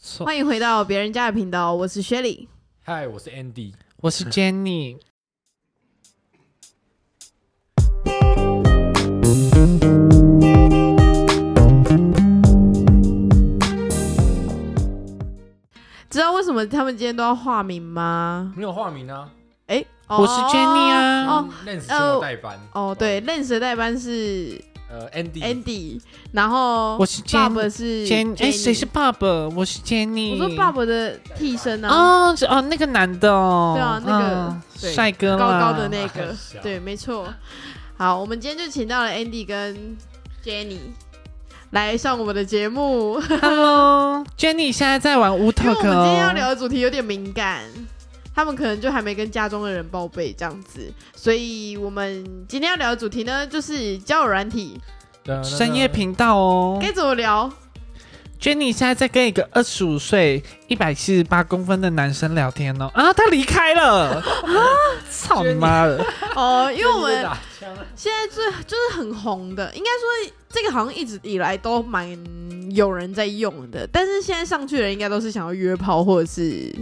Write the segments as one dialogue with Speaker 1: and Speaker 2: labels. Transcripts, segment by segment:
Speaker 1: 错。
Speaker 2: 欢迎回到别人家的频道，我是薛礼。
Speaker 3: 嗨，我是 Andy。
Speaker 1: 我是 Jenny，
Speaker 2: 知道为什么他们今天都要化名吗？
Speaker 3: 没有化名啊，
Speaker 2: 哎、哦
Speaker 1: 我是 Jenny 啊
Speaker 2: 哦
Speaker 3: 认识我代班。
Speaker 2: 哦，对，认识的代班是
Speaker 3: 呃，Andy，
Speaker 2: Andy，然后
Speaker 1: 我是
Speaker 2: 哦 Bob
Speaker 1: Jenny，
Speaker 2: 是
Speaker 1: Jen，
Speaker 2: Jenny
Speaker 1: 哎，谁是？爸爸？我是 Jenny。
Speaker 2: 我说 Bob 的替身啊，
Speaker 1: 哦，是哦，那个男的哦，
Speaker 2: 对啊那个
Speaker 1: 嗯
Speaker 2: 对
Speaker 1: 帅哥
Speaker 2: 高
Speaker 1: 啦
Speaker 2: 高的那个
Speaker 3: 哎，小
Speaker 2: 对，没错。好，我们今天就请到了 Andy 跟 Jenny 来上我们的节目，
Speaker 1: Hello Jenny，现在在玩乌
Speaker 2: 因为我
Speaker 1: Talk
Speaker 2: 们今天要
Speaker 1: 哦。
Speaker 2: 聊的主题有点敏感，他们可能就还没跟家中的人报备这样子，所以我们今天要聊的主题呢，就是交友软体
Speaker 1: 深夜。频道哦
Speaker 2: 该怎么聊。
Speaker 1: ，Jenny 现在在跟一个二十五岁、一百七十八公分的男生聊天哦。啊，他离开 了，啊，操你妈的！
Speaker 2: 哦，因为我 们
Speaker 3: 真的打枪啊
Speaker 2: 现在最就是很红的，应该说这个好像一直以来都蛮有人在用的，但是现在上去的人应该都是想要约炮或者是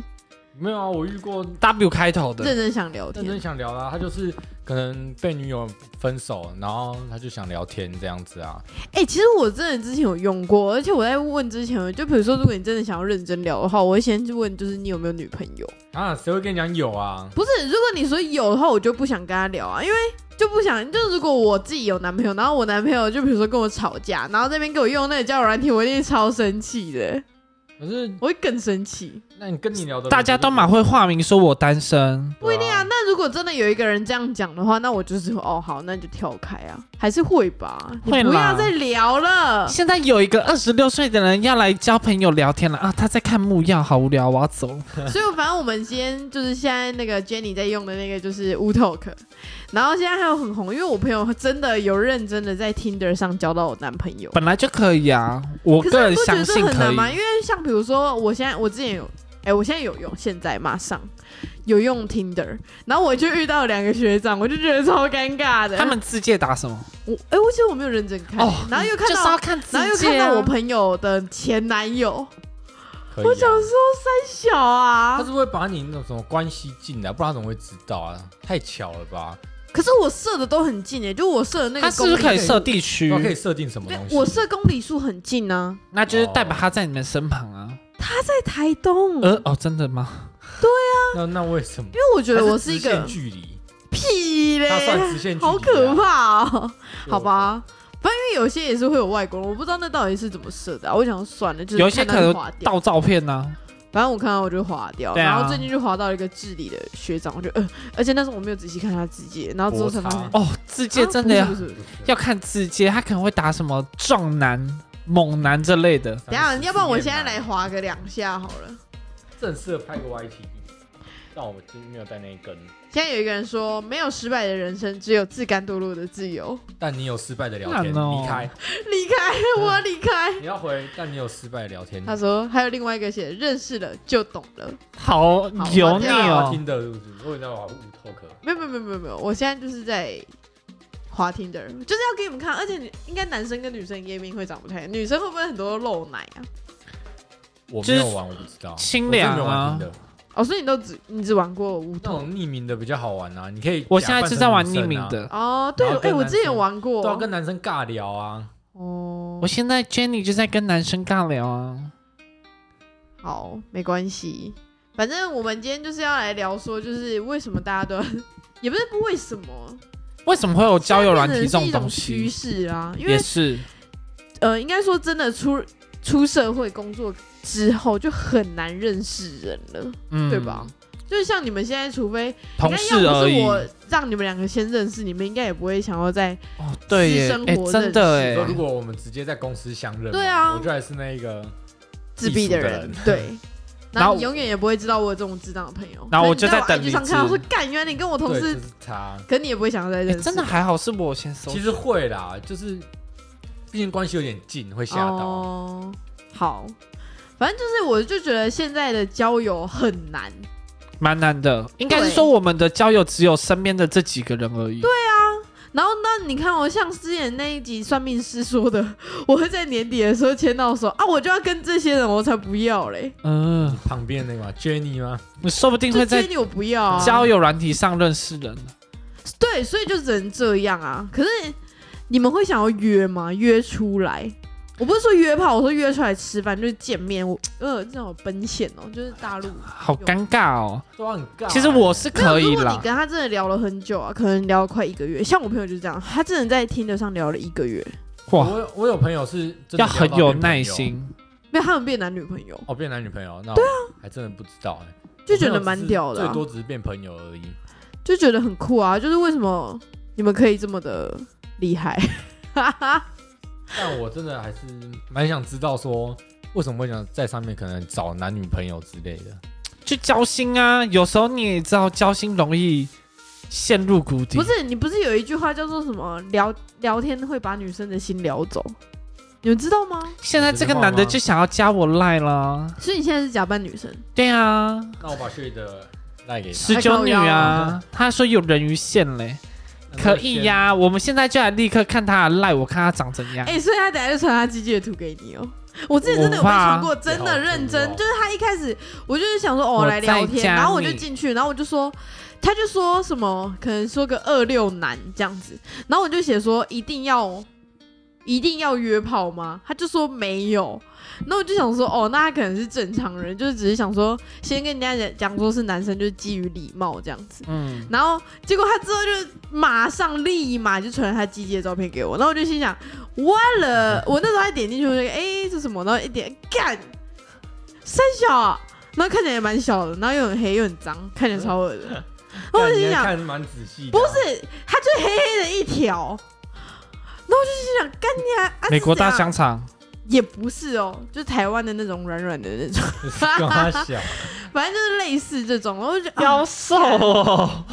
Speaker 3: 没有啊，我遇过
Speaker 1: W 开头的，
Speaker 2: 认真想聊
Speaker 3: 认
Speaker 2: 天
Speaker 3: 真。想聊啦、他就是可能被女友分手，然后他就想聊天这样子啊。
Speaker 2: 哎、其实我真的之前有用过，而且我在问之前，就比如说如果你真的想要认真聊的话，我会先去问就是你有没有女朋友。
Speaker 3: 啊，谁会跟你讲有啊？
Speaker 2: 不是，如果你说有的话，我就不想跟他聊啊，因为就不想。就如果我自己有男朋友，然后我男朋友就比如说跟我吵架，然后在那边给我用那个交友软体，我一定超生气 的，
Speaker 3: 可是，
Speaker 2: 我会更生气。
Speaker 3: 那你跟你聊的人
Speaker 1: 大家都
Speaker 3: 不是
Speaker 1: 蛮会化名说我单身，
Speaker 2: 不一定啊。那如果真的有一个人这样讲的话，那我就是哦好，那就跳开啊，还是会吧。你
Speaker 1: 会啦
Speaker 2: 不要再聊了。
Speaker 1: 现在有一个二十六岁的人要来交朋友聊天了啊！他在看木曜，好无聊，我要走。
Speaker 2: 所以反正我们今天就是现在那个 Jenny 在用的那个就是 w Talk，然后现在还有很红，因为我朋友真的有认真的在 Tinder 上交到我男朋友。
Speaker 1: 本来就可以啊，我
Speaker 2: 可是
Speaker 1: 个人
Speaker 2: 你不觉
Speaker 1: 相
Speaker 2: 得
Speaker 1: 信
Speaker 2: 这很
Speaker 1: 可
Speaker 2: 难吗？因
Speaker 1: 以。
Speaker 2: 为像比如说，我现在我之前有，哎、我现在有用，现在马上有用 Tinder，然后我就遇到两个学长，我就觉得超尴尬的。
Speaker 1: 他们字界打什么？
Speaker 2: 我哎、我其实我没有认真看，
Speaker 1: 哦
Speaker 2: 然后又看
Speaker 1: 就是
Speaker 2: 到
Speaker 1: 要看字界、
Speaker 2: 然
Speaker 1: 啊。
Speaker 2: 后又看到我朋友的前男友，
Speaker 3: 可以、啊。
Speaker 2: 我想说三小
Speaker 3: 他
Speaker 2: 啊
Speaker 3: 是，不是会把你那种什么关系进来，不然他怎么会知道啊？太巧了吧？
Speaker 2: 可是我射的都很近诶、欸就我射的那
Speaker 1: 他
Speaker 2: 个
Speaker 1: 是
Speaker 2: 公
Speaker 1: 不
Speaker 2: 里
Speaker 1: 是可以设地
Speaker 3: 不
Speaker 1: 区
Speaker 3: 哦知道？可以设定什么
Speaker 2: 对
Speaker 3: 东，西？
Speaker 2: 我射公里数很近啊，
Speaker 1: 那就是代表他在你们身旁啊。
Speaker 2: 在台东，因
Speaker 1: 呃，哦，真的吗？
Speaker 3: 那那为什么？因为
Speaker 2: 为我觉得我是一个
Speaker 3: 距离，
Speaker 2: 屁嘞，
Speaker 3: 他算直线距离、啊
Speaker 2: 好可！怕哦、好
Speaker 3: 吧。
Speaker 1: 啊
Speaker 2: 吧，不然因为有些也是会有外国人，我不知道那到底是怎么设的、啊。我想算了，就是
Speaker 1: 有一些
Speaker 2: 看到
Speaker 1: 可
Speaker 2: 就
Speaker 1: 能
Speaker 2: 划掉，
Speaker 1: 盗照片啊呢、
Speaker 2: 反正我看到我就划掉。
Speaker 1: 对啊
Speaker 2: 然后最近就划到一个智利的学长，我就呃，而且那时候我没有仔细看他字界，然后之后才发现，
Speaker 3: 摩擦
Speaker 1: 哦，字界真的要、
Speaker 2: 啊不是不是不是
Speaker 1: 要看字界，他可能会打什么壮男、猛男之类的。
Speaker 2: 等一下，要不然我现
Speaker 1: 啊
Speaker 2: 在来划个两下好了。
Speaker 3: 正式的拍个 YT，但我今天没有带那一根。
Speaker 2: 现在有一个人说，没有失败的人生，只有自甘堕落的自由。
Speaker 3: 但你有失败的聊天，
Speaker 1: 烂哦
Speaker 3: 离开，
Speaker 2: 离开，我要离开。
Speaker 3: 你要回。但你有失败的聊天，
Speaker 2: 他说，还有另外一个写，认识了就懂了。
Speaker 1: 好
Speaker 2: 好
Speaker 1: 油
Speaker 2: 我跳
Speaker 1: 腻
Speaker 3: 我要
Speaker 1: 哦！
Speaker 3: 听的是不是？我也在玩乌托克，
Speaker 2: 没有没有没有没有没有，我现在就是在滑听的人，就是要给你们看，而且你应该男生跟女生页面会长不太一样，女生会不会很多露奶啊？
Speaker 3: 我
Speaker 1: 就
Speaker 3: 没
Speaker 1: 是
Speaker 3: 有玩，我不知道。
Speaker 1: 清凉啊
Speaker 3: 的，
Speaker 2: 哦，所以你都只你只玩过无
Speaker 3: 那
Speaker 2: 痛
Speaker 3: 种匿名的比较好玩啊！你可以，
Speaker 1: 我现在就在玩匿名，的。
Speaker 2: 哦，对，
Speaker 3: 然
Speaker 2: 哎、
Speaker 3: 后跟
Speaker 2: 我
Speaker 3: 男
Speaker 2: 之前
Speaker 3: 生
Speaker 2: 玩过
Speaker 3: 啊都要跟男生尬聊啊。
Speaker 2: 哦
Speaker 1: 我，现在 Jenny 就在跟男生尬聊啊。
Speaker 2: 好，没关系，反正我们今天就是要来聊说，就是为什么大家都 要也不是不为什么
Speaker 1: 为什么会有交友软体
Speaker 2: 现
Speaker 1: 这
Speaker 2: 在变成是
Speaker 1: 种
Speaker 2: 一
Speaker 1: 东
Speaker 2: 趋
Speaker 1: 西？
Speaker 2: 势啊，因为
Speaker 1: 也是，
Speaker 2: 呃，应该说真的出出社会工作之后就很难认识人了。
Speaker 1: 嗯，
Speaker 2: 对吧？？就是像你们现在，除非
Speaker 1: 同事
Speaker 2: 你看要
Speaker 1: 而
Speaker 2: 不是
Speaker 1: 已。
Speaker 2: 我让你们两个先认识，你们应该也不会想要再
Speaker 1: 哦，对
Speaker 2: 私
Speaker 1: 耶
Speaker 2: 生，
Speaker 1: 哎、
Speaker 2: 活
Speaker 1: 真的
Speaker 2: 认识
Speaker 1: 哎
Speaker 3: 说，如果我们直接在公司相认嘛，
Speaker 2: 对啊
Speaker 3: 我就还是那一个
Speaker 2: 自闭的人，
Speaker 3: 艺术的
Speaker 2: 对。然
Speaker 1: 然
Speaker 2: 后
Speaker 1: 后
Speaker 2: 你永远也不会知道我有这种智障的朋友。
Speaker 1: 然后我
Speaker 2: 可能
Speaker 1: 就
Speaker 2: 你在
Speaker 1: 在等
Speaker 2: 我 IG
Speaker 1: 离
Speaker 2: 上看到
Speaker 1: 职
Speaker 2: 说，干，原来你跟我同
Speaker 3: 对，
Speaker 2: 事
Speaker 3: 就，是他。
Speaker 2: 可你也不会想要再
Speaker 1: 哎
Speaker 2: 认识。
Speaker 1: 真的还好是我先搜
Speaker 3: 其。实会啦，就是毕竟关系有点近，会吓到。
Speaker 2: 哦，好，反正就是我就觉得现在的交友很难。
Speaker 1: 蛮难的，应该是
Speaker 2: 对
Speaker 1: 说我们的交友只有身边的这几个人而已。对，
Speaker 2: 然后那你看哦，像之前那一集算命师说的，我会在年底的时候牵到手啊，我就要跟这些人，我才不要嘞，
Speaker 1: 嗯，
Speaker 3: 旁边那个嘛 Jenny 吗？
Speaker 1: 你说不定
Speaker 2: 这
Speaker 1: 会在
Speaker 2: 些你我不要啊。
Speaker 1: 交友软体上认识人。
Speaker 2: 对，所以就只能这样啊。可是你们会想要约吗？约出来？我不是说约炮，我说约出来吃饭，就是见面。我呃，这种奔现哦，就是大陆。
Speaker 1: 好尴尬哦。
Speaker 3: 都很尬
Speaker 1: 其实我是
Speaker 2: 啊没有
Speaker 1: 可以
Speaker 2: 如果你
Speaker 1: 啦，
Speaker 2: 跟他真的聊了很久啊，可能聊了快一个月。像我朋友就是这样，他真的在听的上聊了一个月，
Speaker 1: 哇，
Speaker 3: 我有我有朋友是真的
Speaker 1: 要很
Speaker 3: 聊到
Speaker 1: 有
Speaker 3: 变朋友
Speaker 1: 耐心。
Speaker 2: 没有他们变男女朋友，
Speaker 3: 哦，变男女朋友，那对啊，还真的不知道哎、
Speaker 2: 就觉得蛮屌的啊、
Speaker 3: 我朋友只是最多只是变朋友而已。
Speaker 2: 就觉得很酷啊。就是为什么你们可以这么的厉害？
Speaker 3: 但我真的还是蛮想知道说，为什么会想在上面可能找男女朋友之类的。
Speaker 1: 去交心啊，有时候你也知道交心容易陷入谷底。
Speaker 2: 不，是你不是有一句话叫做什么聊聊天会把女生的心聊走，你们知道吗？
Speaker 1: 现在这个男的就想要加我赖了。
Speaker 2: 所以你现在是假扮女生，
Speaker 1: 对啊，
Speaker 3: 那我把血的赖给他，
Speaker 1: 十九女
Speaker 2: 还靠腰
Speaker 1: 啊
Speaker 3: 啊，
Speaker 1: 他说有人鱼线嘞，可以呀、我们现在就来立刻看他的赖，我看他长怎样。
Speaker 2: 哎、所以他等下就传他鸡鸡的图给你哦、我之前真的有
Speaker 1: 我
Speaker 2: 被
Speaker 1: 很怕啊
Speaker 2: 传过，真的认真
Speaker 3: 好，酷哦
Speaker 2: 就是他一开始我就是想说哦
Speaker 1: 我
Speaker 2: 来聊
Speaker 1: 在
Speaker 2: 天，
Speaker 1: 家
Speaker 2: 然后我就
Speaker 1: 你
Speaker 2: 进去，然后我就说，他就说什么可能说个二六男这样子，然后我就写说一定要一定要约炮吗？他就说没有。那我就想说，哦，那他可能是正常人，就是只是想说，先跟人家讲讲说是男生，就是基于礼貌这样子。
Speaker 1: 嗯，
Speaker 2: 然后结果他之后就马上立马就传了他鸡鸡的照片给我，然后我就心想，完 了！我那时候还点进去，我就哎这什么？然后一点干，三小啊，然后看起来也蛮小的，然后又很黑又很脏，看起来超恶 的。然后我
Speaker 3: 干
Speaker 2: 就
Speaker 3: 你
Speaker 2: 心
Speaker 3: 还
Speaker 2: 想，
Speaker 3: 看得蛮仔细的
Speaker 2: 不
Speaker 3: 啊，
Speaker 2: 是，他就黑黑的一条。然后我就心想，干你啊！啊
Speaker 1: 美国
Speaker 2: 是怎
Speaker 1: 大
Speaker 2: 样
Speaker 1: 香肠，
Speaker 2: 也不是哦，就是台湾的那种软软的那 种，
Speaker 1: 啊
Speaker 3: 跟他小，
Speaker 2: 反正就是类似这种。然后我就觉得，啊
Speaker 1: 妖兽哦，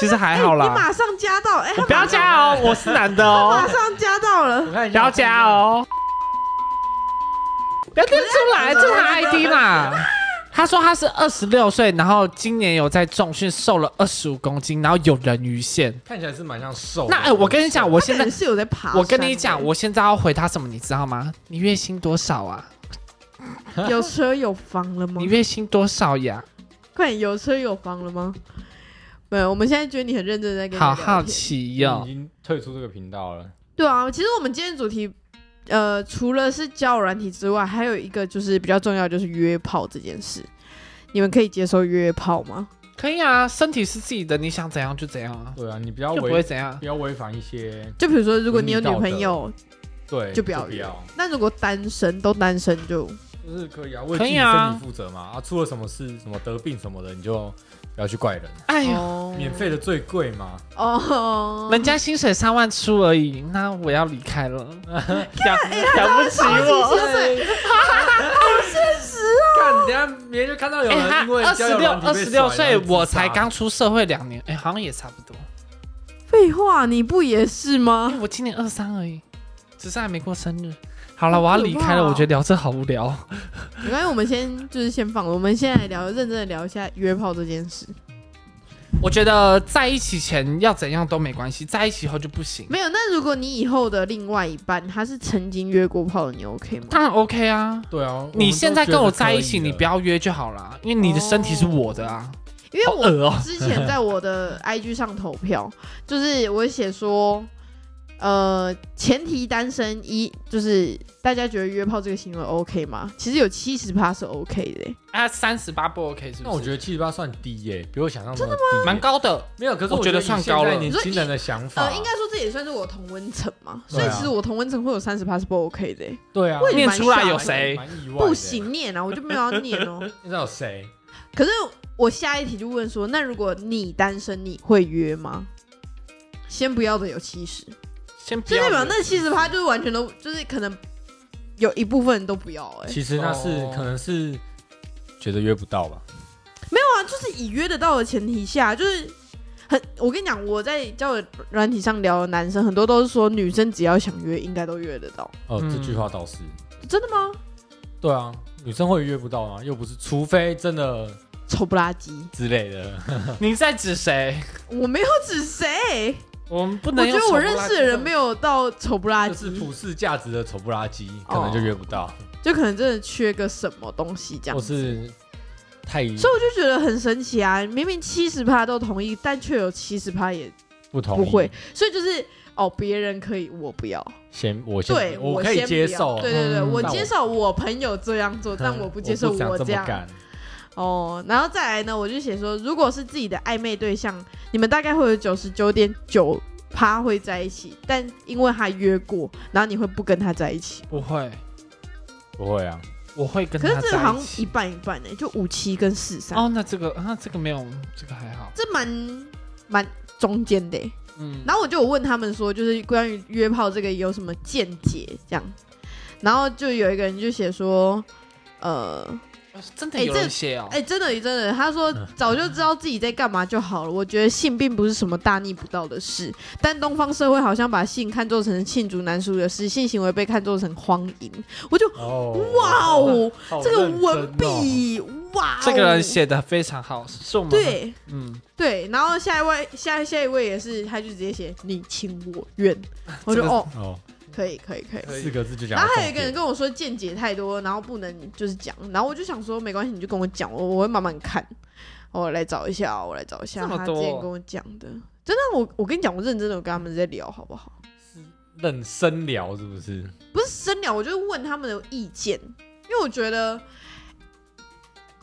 Speaker 1: 其实还好
Speaker 2: 你
Speaker 1: 啦。
Speaker 2: 马上加到，哎，
Speaker 1: 我
Speaker 2: 他
Speaker 1: 不要加哦，我是男的哦
Speaker 2: 马，上加到了。
Speaker 3: 我看一
Speaker 1: 不
Speaker 3: 下
Speaker 1: 要加，哦，不要念出来，这是他 ID 啦。他说他是二十六岁，然后今年有在重训，瘦了二十五公斤，然后有人鱼线。
Speaker 3: 看起来是蛮像瘦的。
Speaker 1: 那哎、我跟你讲，我现
Speaker 2: 可
Speaker 1: 在
Speaker 2: 能是有在爬山的。
Speaker 1: 我跟你讲，我现在要回他什么，你知道吗？你月薪多少啊？
Speaker 2: 有车有房了吗
Speaker 1: 你？月薪多少呀？
Speaker 2: 快点，有车有房了吗？没有，我们现在觉得你很认真在跟你
Speaker 1: 好
Speaker 2: 聊
Speaker 1: 好
Speaker 2: 天
Speaker 1: 奇
Speaker 3: 你
Speaker 1: 哟、
Speaker 3: 已经退出这个频道了。
Speaker 2: 对啊，其实我们今天的主题，呃，除了是交友软体之外，还有一个就是比较重要，就是约炮这件事。你们可以接受约炮吗？
Speaker 3: 嗯
Speaker 1: 可以啊，身体是自己的，你想怎样就怎样啊，
Speaker 3: 对啊，你不要
Speaker 1: 就不会
Speaker 3: 违，
Speaker 1: 怎样。
Speaker 3: 不要违反一些
Speaker 2: 就比如说，如果你有
Speaker 3: 伦理
Speaker 2: 女
Speaker 3: 道德
Speaker 2: 朋友，
Speaker 3: 对，
Speaker 2: 就
Speaker 3: 就
Speaker 2: 不
Speaker 3: 不
Speaker 2: 要
Speaker 3: 要，要，
Speaker 2: 那如果单身都单身就，
Speaker 3: 就是可以啊，为
Speaker 1: 可
Speaker 3: 自
Speaker 1: 以
Speaker 3: 己
Speaker 1: 啊
Speaker 3: 身体负责嘛。啊，出了什么事，什么得病什么的，你就不要去怪人。
Speaker 1: 哎呦，
Speaker 2: 哦
Speaker 3: 免费的最贵嘛，
Speaker 2: 哦，
Speaker 1: 人家薪水三万出而已，那我要离 开了，
Speaker 2: 哎
Speaker 1: 养养不起
Speaker 2: 超级
Speaker 1: 我。
Speaker 2: 薪水哦
Speaker 3: 看人家别人就看到有
Speaker 1: 哎、
Speaker 3: 人
Speaker 1: 他
Speaker 3: 因为
Speaker 1: 二
Speaker 3: 交
Speaker 1: 十
Speaker 3: 友
Speaker 1: 六
Speaker 3: 软体
Speaker 1: 二
Speaker 3: 被
Speaker 1: 十
Speaker 3: 甩
Speaker 1: 六岁，
Speaker 3: 然后自杀
Speaker 1: 我才刚出社会两年，哎、好像也差不多。
Speaker 2: 废话，你不也是吗
Speaker 1: 哎？我今年二三而已，只是还没过生日。好了，我要离开了，我觉得
Speaker 2: 哦
Speaker 1: 聊这好无聊。
Speaker 2: 没关系，我们先就是先放，我们先来聊，认真的聊一下约炮这件事。
Speaker 1: 我觉得在一起前要怎样都没关系，在一起后就不行。
Speaker 2: 没有，那如果你以后的另外一半他是曾经约过炮的，你 OK 吗？
Speaker 1: 当然 OK 啊，
Speaker 3: 对啊，
Speaker 1: 你现在跟我在一起，
Speaker 2: 啊
Speaker 1: 你不
Speaker 3: 要
Speaker 1: 要约就好啦，因为你的身体是我的啊。
Speaker 2: 因为
Speaker 1: 好
Speaker 2: 我
Speaker 1: 恶哦、
Speaker 2: 之前在我的 IG 上投票，就是我写说，呃，前提单身一，就是大家觉得约炮这个行为 OK 吗？其实有七十趴是 OK 的欸、
Speaker 1: 啊，三十八不 OK 是不是？
Speaker 3: 那我觉
Speaker 1: 得
Speaker 3: 得七十八算低耶，比我想象中的低耶
Speaker 1: 蛮。高的。
Speaker 3: 没有，可是
Speaker 1: 我觉得
Speaker 3: 以
Speaker 1: 算
Speaker 3: 现
Speaker 1: 高
Speaker 3: 在
Speaker 1: 了
Speaker 3: 年
Speaker 2: 你说
Speaker 3: 轻
Speaker 2: 一
Speaker 3: 人的想法，
Speaker 2: 呃，应该说这也算是我同温层嘛，
Speaker 3: 对
Speaker 2: 所
Speaker 3: 啊
Speaker 2: 以其实我同温层会有三十趴是不 OK 的欸、
Speaker 3: 对啊，
Speaker 2: 为
Speaker 1: 念出来有谁？
Speaker 3: 蛮意外的。
Speaker 2: 不，行念啊，我就没有要念哦、
Speaker 3: 现在有谁？
Speaker 2: 可是我下一题就问说，那如果你单身，你会约吗？先不要的有七十，
Speaker 1: 先不
Speaker 2: 就
Speaker 1: 要
Speaker 2: 代表
Speaker 1: 约
Speaker 2: 那七十趴就是完全都就是可能有一部分人都不要哎、欸，
Speaker 3: 其实那是
Speaker 1: 哦
Speaker 3: 可能是觉得约不到吧。
Speaker 2: 那啊就是以约得到的前提下，就是很我跟你讲，我在交友软体上聊的男生很多都是说女生只要想约应该都约得到，
Speaker 3: 哦，
Speaker 1: 嗯
Speaker 3: 这句话倒是
Speaker 2: 真的吗？
Speaker 3: 对啊，女生会约不到啊吗？又不是，除非真的
Speaker 2: 丑不拉几，
Speaker 3: 之类的。
Speaker 1: 你在指谁？
Speaker 2: 我没有指谁，
Speaker 1: 我们不
Speaker 2: 我
Speaker 1: 能
Speaker 2: 觉
Speaker 1: 用
Speaker 2: 得
Speaker 1: 丑不
Speaker 2: 我
Speaker 1: 拉几。
Speaker 2: 认识的人没有到丑不拉
Speaker 3: 就
Speaker 2: 几
Speaker 3: 是，普世价值的丑不拉几，可能就约不到，
Speaker 2: 就可能真的缺个什么东西哦这样
Speaker 3: 或
Speaker 2: 子。
Speaker 3: 是太
Speaker 2: 所以我就觉得很神奇啊！明明七十趴都同意，但却有七十趴也
Speaker 3: 不同
Speaker 2: 不
Speaker 3: 意
Speaker 2: 会，所以就是哦，别人可以，我不要。
Speaker 3: 先我先
Speaker 2: 对，
Speaker 3: 我
Speaker 2: 我
Speaker 3: 可以
Speaker 2: 先不
Speaker 3: 接
Speaker 2: 要
Speaker 3: 受，啊
Speaker 2: 对对对，
Speaker 1: 嗯
Speaker 2: 我
Speaker 3: 但我
Speaker 2: 接受我朋友这样做，但
Speaker 3: 嗯
Speaker 2: 我不接受
Speaker 3: 想
Speaker 2: 我
Speaker 3: 这
Speaker 2: 这
Speaker 3: 么
Speaker 2: 样。
Speaker 3: 干，
Speaker 2: 哦，然后再来呢，我就写说，如果是自己的暧昧对象，你们大概会有九十九点九趴会在一起，但因为他约过，然后你会不跟他在一起。
Speaker 1: 不会，
Speaker 3: 不会啊，
Speaker 1: 我会跟
Speaker 2: 可
Speaker 1: 他
Speaker 2: 是这个好
Speaker 1: 在
Speaker 2: 像
Speaker 1: 一起
Speaker 2: 一半一半呢、欸就五七跟四三、
Speaker 1: 哦，那这个啊，这个没有，这个还好。
Speaker 2: 这蛮蛮中间的欸、
Speaker 1: 嗯，
Speaker 2: 然后我就有问他们说，就是关于约炮这个有什么见解这样，然后就有一个人就写说，呃，
Speaker 1: 哦真的
Speaker 2: 哎
Speaker 1: 有
Speaker 2: 这
Speaker 1: 人写哦
Speaker 2: 哎、，真的真的，他说
Speaker 1: 嗯
Speaker 2: 早就知道自己在干嘛就好了。我觉得性并不是什么大逆不道的事，但东方社会好像把性看作成罄竹难书的事，性行为被看作成荒淫。 我就
Speaker 3: 哦，
Speaker 2: 哇哦，
Speaker 3: 好
Speaker 2: 这个
Speaker 3: 认
Speaker 2: 文
Speaker 3: 真哦
Speaker 2: 笔、哇、哦，
Speaker 1: 这个人写的非常好，是我们
Speaker 2: 对
Speaker 1: 嗯，
Speaker 2: 对，然后下一位下下一位也是，他就直接写你情我愿，我就、
Speaker 1: 这个
Speaker 2: 哦，
Speaker 3: 哦，
Speaker 2: 可以可以可以。
Speaker 1: 可以
Speaker 3: 四个字就讲
Speaker 2: 然
Speaker 3: 到
Speaker 2: 后啊
Speaker 3: 重点。
Speaker 2: 还有一个人跟我说见解太多，然后不能就是讲，然后我就想说没关系，你就跟我讲，我我会慢慢看。我来找一下哦，我来找一下
Speaker 1: 这么
Speaker 2: 他之
Speaker 1: 多
Speaker 2: 前跟我讲的。真的，我我跟你讲，我认真的，我跟他们在聊，好不好？
Speaker 3: 认深聊是不是？
Speaker 2: 不是深聊，我就问他们的意见，因为我觉得，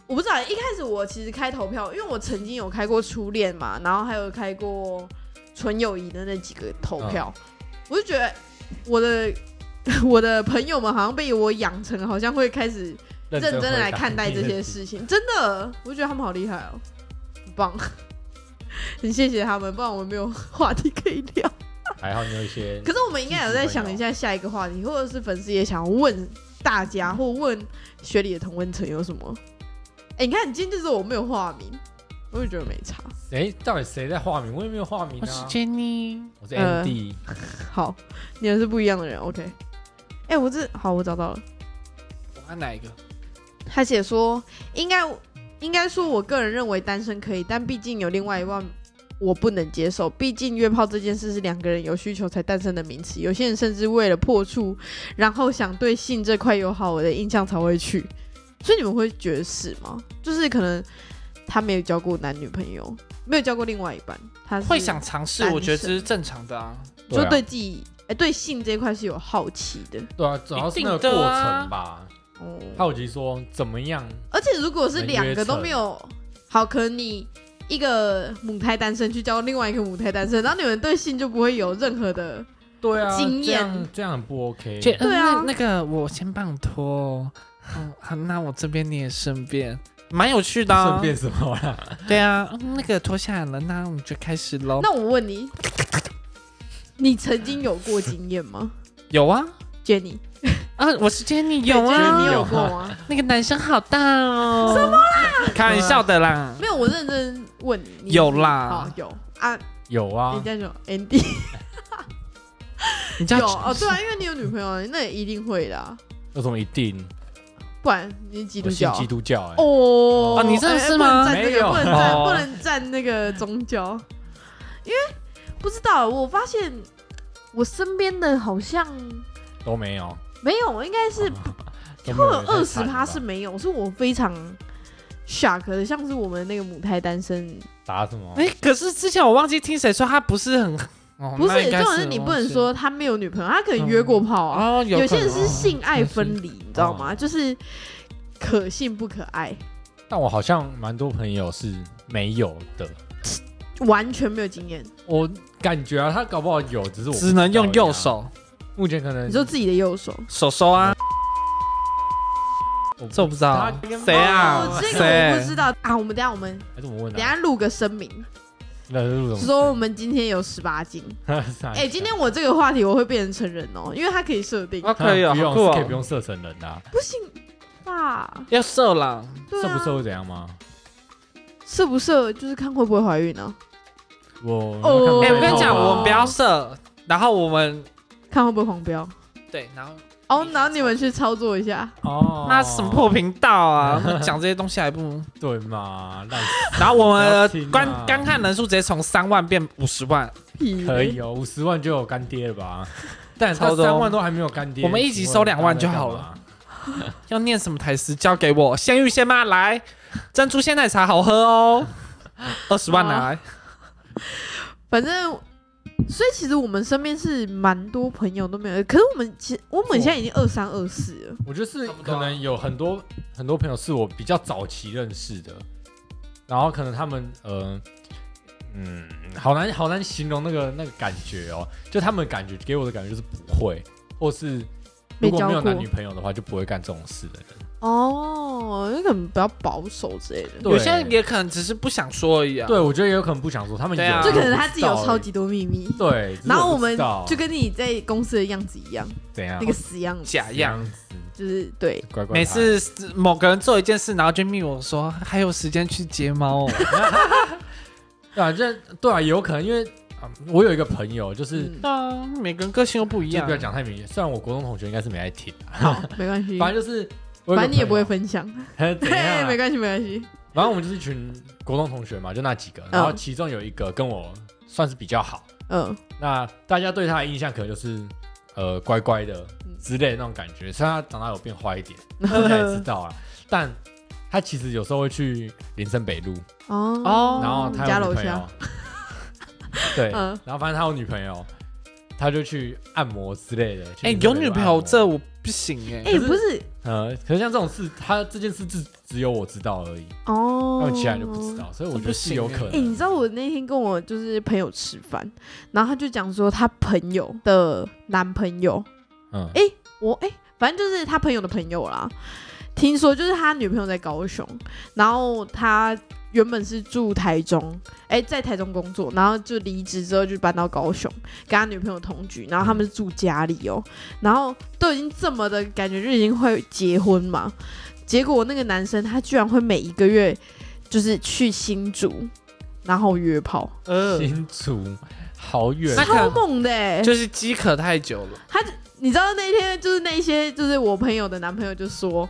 Speaker 2: 我不知道，一开始我其实开投票，因为我曾经有开过初恋嘛，然后还有开过纯友谊的那几个投票，我就觉得我的 我的朋友们好像被我养成，好像会开始认真
Speaker 3: 回
Speaker 2: 的
Speaker 3: 答
Speaker 2: 来看待这些事情，真的，我觉得他们好厉害哦，很棒， 很谢谢他们，不然我们没有话题可以聊。
Speaker 3: 还好你有一些
Speaker 2: 可是我们应该有在想一下下一个话题，或者是粉丝也想要问大家，或问学里的同温层有什么？哎、你看，你今天就是我没有化名，我就觉得没差。
Speaker 3: 哎，到底谁在化名？我也没有化名
Speaker 1: 我是
Speaker 3: 啊，
Speaker 1: Jenny，
Speaker 3: 我是
Speaker 2: 呃
Speaker 3: MD，
Speaker 2: 好，你也是不一样的人，OK？哎、我这好，我找到了。
Speaker 1: 我按哪一个？
Speaker 2: 他写说，应该应该说，我个人认为单身可以，但毕竟有另外一半。我不能接受，毕竟约炮这件事是两个人有需求才诞生的名词。有些人甚至为了破处，然后想对性这块有好的印象才会去。所以你们会觉得是吗？就是可能他没有交过男女朋友，没有交过另外一半，他是
Speaker 1: 会想尝试，
Speaker 2: 单
Speaker 1: 我觉得这
Speaker 2: 身
Speaker 1: 是正常的啊。
Speaker 2: 就
Speaker 3: 啊
Speaker 2: 对自己哎、对性这一块是有好奇的
Speaker 3: 对啊，主要是那个
Speaker 1: 一定
Speaker 3: 过
Speaker 1: 的啊
Speaker 3: 程吧。
Speaker 2: 哦。
Speaker 3: 好奇说怎么样？
Speaker 2: 而且如果是两个都没有，好，可能你一个母胎单身去交另外一个母胎单身，然后你们对性就不会有任何的，
Speaker 3: 对啊，
Speaker 2: 经
Speaker 3: 这
Speaker 2: 验
Speaker 3: 样这样很不 OK。
Speaker 1: 姐，
Speaker 2: 对
Speaker 1: 对
Speaker 2: 啊
Speaker 1: 啊，那个我先帮你拖哦。嗯，好，那我这边你也顺便，蛮有趣的啊。
Speaker 3: 顺便什么啦？
Speaker 1: 对啊，嗯那个脱下来了，那我们就开始喽。
Speaker 2: 那我问你，你曾经有过经验吗
Speaker 1: 有啊，
Speaker 2: ，Jenny？
Speaker 1: 啊，我是 Jenny，有
Speaker 2: 对，Jenny，
Speaker 1: 啊
Speaker 2: 你，
Speaker 3: 有
Speaker 2: 有
Speaker 3: 啊
Speaker 2: 过吗？
Speaker 1: 那个男生好大哦。什么啦？开玩笑的啦。
Speaker 2: 没有，我认真问你，你
Speaker 1: 有啦
Speaker 2: 哦，有啊，
Speaker 3: 有
Speaker 2: 你
Speaker 3: 啊，
Speaker 2: 叫什么？Andy
Speaker 1: 你知
Speaker 2: 有
Speaker 1: 道
Speaker 2: 哦，对啊，因为你有女朋友，那也一定会的啊，
Speaker 3: 有什么一定？
Speaker 2: 不然你基督
Speaker 3: 我信
Speaker 2: 教啊
Speaker 3: 基督教哎，
Speaker 2: 哦
Speaker 1: 哦你真的
Speaker 2: 哎
Speaker 1: 是吗
Speaker 2: 哎
Speaker 3: 没有
Speaker 2: 不能站这个，不能
Speaker 1: 哦
Speaker 2: 站，不能站那个宗教，因为不知道，我发现我身边的好像
Speaker 3: 都没有，
Speaker 2: 没有，应该
Speaker 3: 哦
Speaker 2: 是 会
Speaker 3: 都没
Speaker 2: 有
Speaker 3: 有
Speaker 2: 二十趴
Speaker 3: 趴
Speaker 2: 是没有，是我非常 shock 的，像是我们那个母胎单身，
Speaker 3: 打什么？
Speaker 1: 哎、可是之前我忘记听谁说他不是很，哦、
Speaker 2: 不
Speaker 1: 那
Speaker 2: 是，
Speaker 1: 应
Speaker 2: 重
Speaker 1: 该
Speaker 2: 点
Speaker 1: 是
Speaker 2: 是你不能说他没有女朋友，他可能约过炮啊，
Speaker 1: 哦，有
Speaker 2: 有
Speaker 1: 可
Speaker 2: 些
Speaker 1: 能
Speaker 2: 人是性爱
Speaker 1: 嗯
Speaker 2: 分离，你知道
Speaker 3: 哦
Speaker 2: 吗？就是可信不可爱，
Speaker 3: 但我好像蛮多朋友是没有的，
Speaker 2: 完全没有经验。
Speaker 3: 我感觉啊，他搞不好有，只是我不
Speaker 1: 只能用
Speaker 3: 知道
Speaker 1: 右手
Speaker 3: 而已啊。目前可能
Speaker 2: 你说自己的右手，
Speaker 1: 手收啊，
Speaker 3: 我不
Speaker 1: 这我不知道
Speaker 3: 他
Speaker 1: 谁啊
Speaker 2: 哦，这个我不
Speaker 1: 谁
Speaker 2: 知道啊。我们等一下我们
Speaker 3: 还是我问
Speaker 2: 等一
Speaker 3: 他，
Speaker 2: 下录个声明，
Speaker 3: 那是录什
Speaker 2: 说我们今天有十八禁。
Speaker 3: 么？
Speaker 2: 哎、今天我这个话题我会变成成人哦，因为它可以设定。
Speaker 1: 啊，可以哦，
Speaker 3: 不
Speaker 1: 好
Speaker 3: 用
Speaker 1: 酷
Speaker 3: 是可以不
Speaker 1: 哦，
Speaker 3: 用射成人的啊，
Speaker 2: 不行吧？
Speaker 1: 要射啦，
Speaker 2: 对
Speaker 3: 射
Speaker 2: 啊，
Speaker 3: 不射会怎样吗？
Speaker 2: 射不射就是看会不会怀孕啊呢、
Speaker 3: 我
Speaker 2: 哦
Speaker 1: 哎、
Speaker 3: 没有看过
Speaker 1: 我跟你讲，
Speaker 2: 哦
Speaker 1: 我们不要射，然后我们
Speaker 2: 看会不会黄标。
Speaker 1: 对，然后
Speaker 2: 哦，然后你们去操作一下，
Speaker 3: 哦
Speaker 1: 那什么破频道 啊？那讲这些东西还不……
Speaker 3: 对嘛？烂
Speaker 1: 然后我们
Speaker 3: 不要
Speaker 1: 的
Speaker 3: 听啊
Speaker 1: 观观看人数直接从三万变五十万，
Speaker 2: 屁嘞
Speaker 3: 可以哦，五十万就有干爹了吧？但
Speaker 1: 差不
Speaker 3: 他
Speaker 1: 哎多
Speaker 3: 三万都还没有干爹，
Speaker 1: 我们一集收两万就好了。要念什么台词？交给我，先预先吗？来，珍珠鲜奶茶好喝哦，二十万拿来。
Speaker 2: 反正，所以其实我们身边是蛮多朋友都没有，可是我们其实我们现在已经二三二四了，
Speaker 3: 我觉得是
Speaker 1: 差不多
Speaker 3: 可
Speaker 1: 啊
Speaker 3: 能有很多很多朋友是我比较早期认识的，然后可能他们呃，嗯，好难好难形容那个那个感觉哦，就他们感觉给我的感觉就是不会，或是如
Speaker 2: 没
Speaker 3: 果
Speaker 2: 交
Speaker 3: 没有
Speaker 2: 过
Speaker 3: 男女朋友的话就不会干这种事的人。
Speaker 2: 哦，那可能比较保守之类的，
Speaker 3: 对
Speaker 1: 有些人也可能只是不想说而已啊。
Speaker 3: 对，我觉得也有可能不想说，他们有
Speaker 1: 对啊
Speaker 2: 就
Speaker 1: 这
Speaker 2: 可能他自己有
Speaker 3: 我不知道
Speaker 2: 超级多秘密。
Speaker 3: 对，只是
Speaker 2: 然后
Speaker 3: 我
Speaker 2: 我
Speaker 3: 不知
Speaker 2: 们
Speaker 3: 道
Speaker 2: 就跟你在公司的样子一样，
Speaker 3: 怎样
Speaker 2: 那个死样子，
Speaker 1: 假
Speaker 3: 这
Speaker 1: 样
Speaker 3: 样。子，
Speaker 2: 就是对，
Speaker 3: 乖乖
Speaker 1: 每
Speaker 3: 牌
Speaker 1: 次某个人做一件事，然后就密我说还有时间去睫毛 哦，
Speaker 3: 对 啊，这对啊，也有可能，因为、啊我有一个朋友就是。
Speaker 2: 嗯
Speaker 1: 啊，每个人个性又不一
Speaker 3: 就
Speaker 1: 样
Speaker 3: 不要。讲太明显，虽然我国中同学应该是没爱听啊，
Speaker 2: 好，没关系，
Speaker 3: 反正就是，
Speaker 2: 嗯反正你也不会，分享，
Speaker 3: 怎
Speaker 2: 嘿，
Speaker 3: 样、
Speaker 2: 没
Speaker 3: 啊？
Speaker 2: 关系，没关系。
Speaker 3: 反正我们就是一群国中同学嘛，就那几个，然后其中有一个跟我算是比较好，
Speaker 2: 嗯，
Speaker 3: 那大家对他的印象可能就是呃乖乖的
Speaker 2: 嗯
Speaker 3: 之类的那种感觉，虽然他长大有变坏一点，大家也
Speaker 2: 嗯
Speaker 3: 知道啊，但他其实有时候会去林森北路，
Speaker 2: 哦
Speaker 1: 哦
Speaker 3: 然后他
Speaker 2: 家
Speaker 3: 有
Speaker 2: 楼
Speaker 3: 女朋友
Speaker 2: 下，，
Speaker 3: 对，
Speaker 2: 嗯
Speaker 3: 然后反正他有女朋友，他就去按摩之类的。去
Speaker 1: 哎，
Speaker 3: 林森
Speaker 1: 有
Speaker 3: 北路
Speaker 1: 女朋
Speaker 3: 按
Speaker 1: 友
Speaker 3: 摩
Speaker 1: 这我不行哎。
Speaker 2: 哎，不是
Speaker 3: 呃，可是像这种事，他这件事只只有我知道而已，
Speaker 2: 哦，
Speaker 3: 他们其他人就不知。道，所
Speaker 1: 哦
Speaker 3: 以我觉得是有可能。
Speaker 1: 欸
Speaker 2: 哎、你知道我那天跟我就是朋友吃饭，然后他就讲说他朋友的男朋友，
Speaker 3: 嗯，
Speaker 2: 哎我哎、反正就是他朋友的朋友啦。听说就是他女朋友在高雄，然后他原本是住台中，哎、在台中工作，然后就离职之后就搬到高雄，跟他女朋友同居，然后他们是住家里哦、然后都已经这么的感觉就已经会结婚嘛，结果那个男生他居然会每一个月就是去新竹，然后约炮，
Speaker 1: 呃，
Speaker 3: 新竹好远
Speaker 1: 那，
Speaker 2: 超
Speaker 1: 可
Speaker 2: 猛的、欸，
Speaker 1: 就是饥渴太久了。
Speaker 2: 你知道那天就是那些就是我朋友的男朋友就说，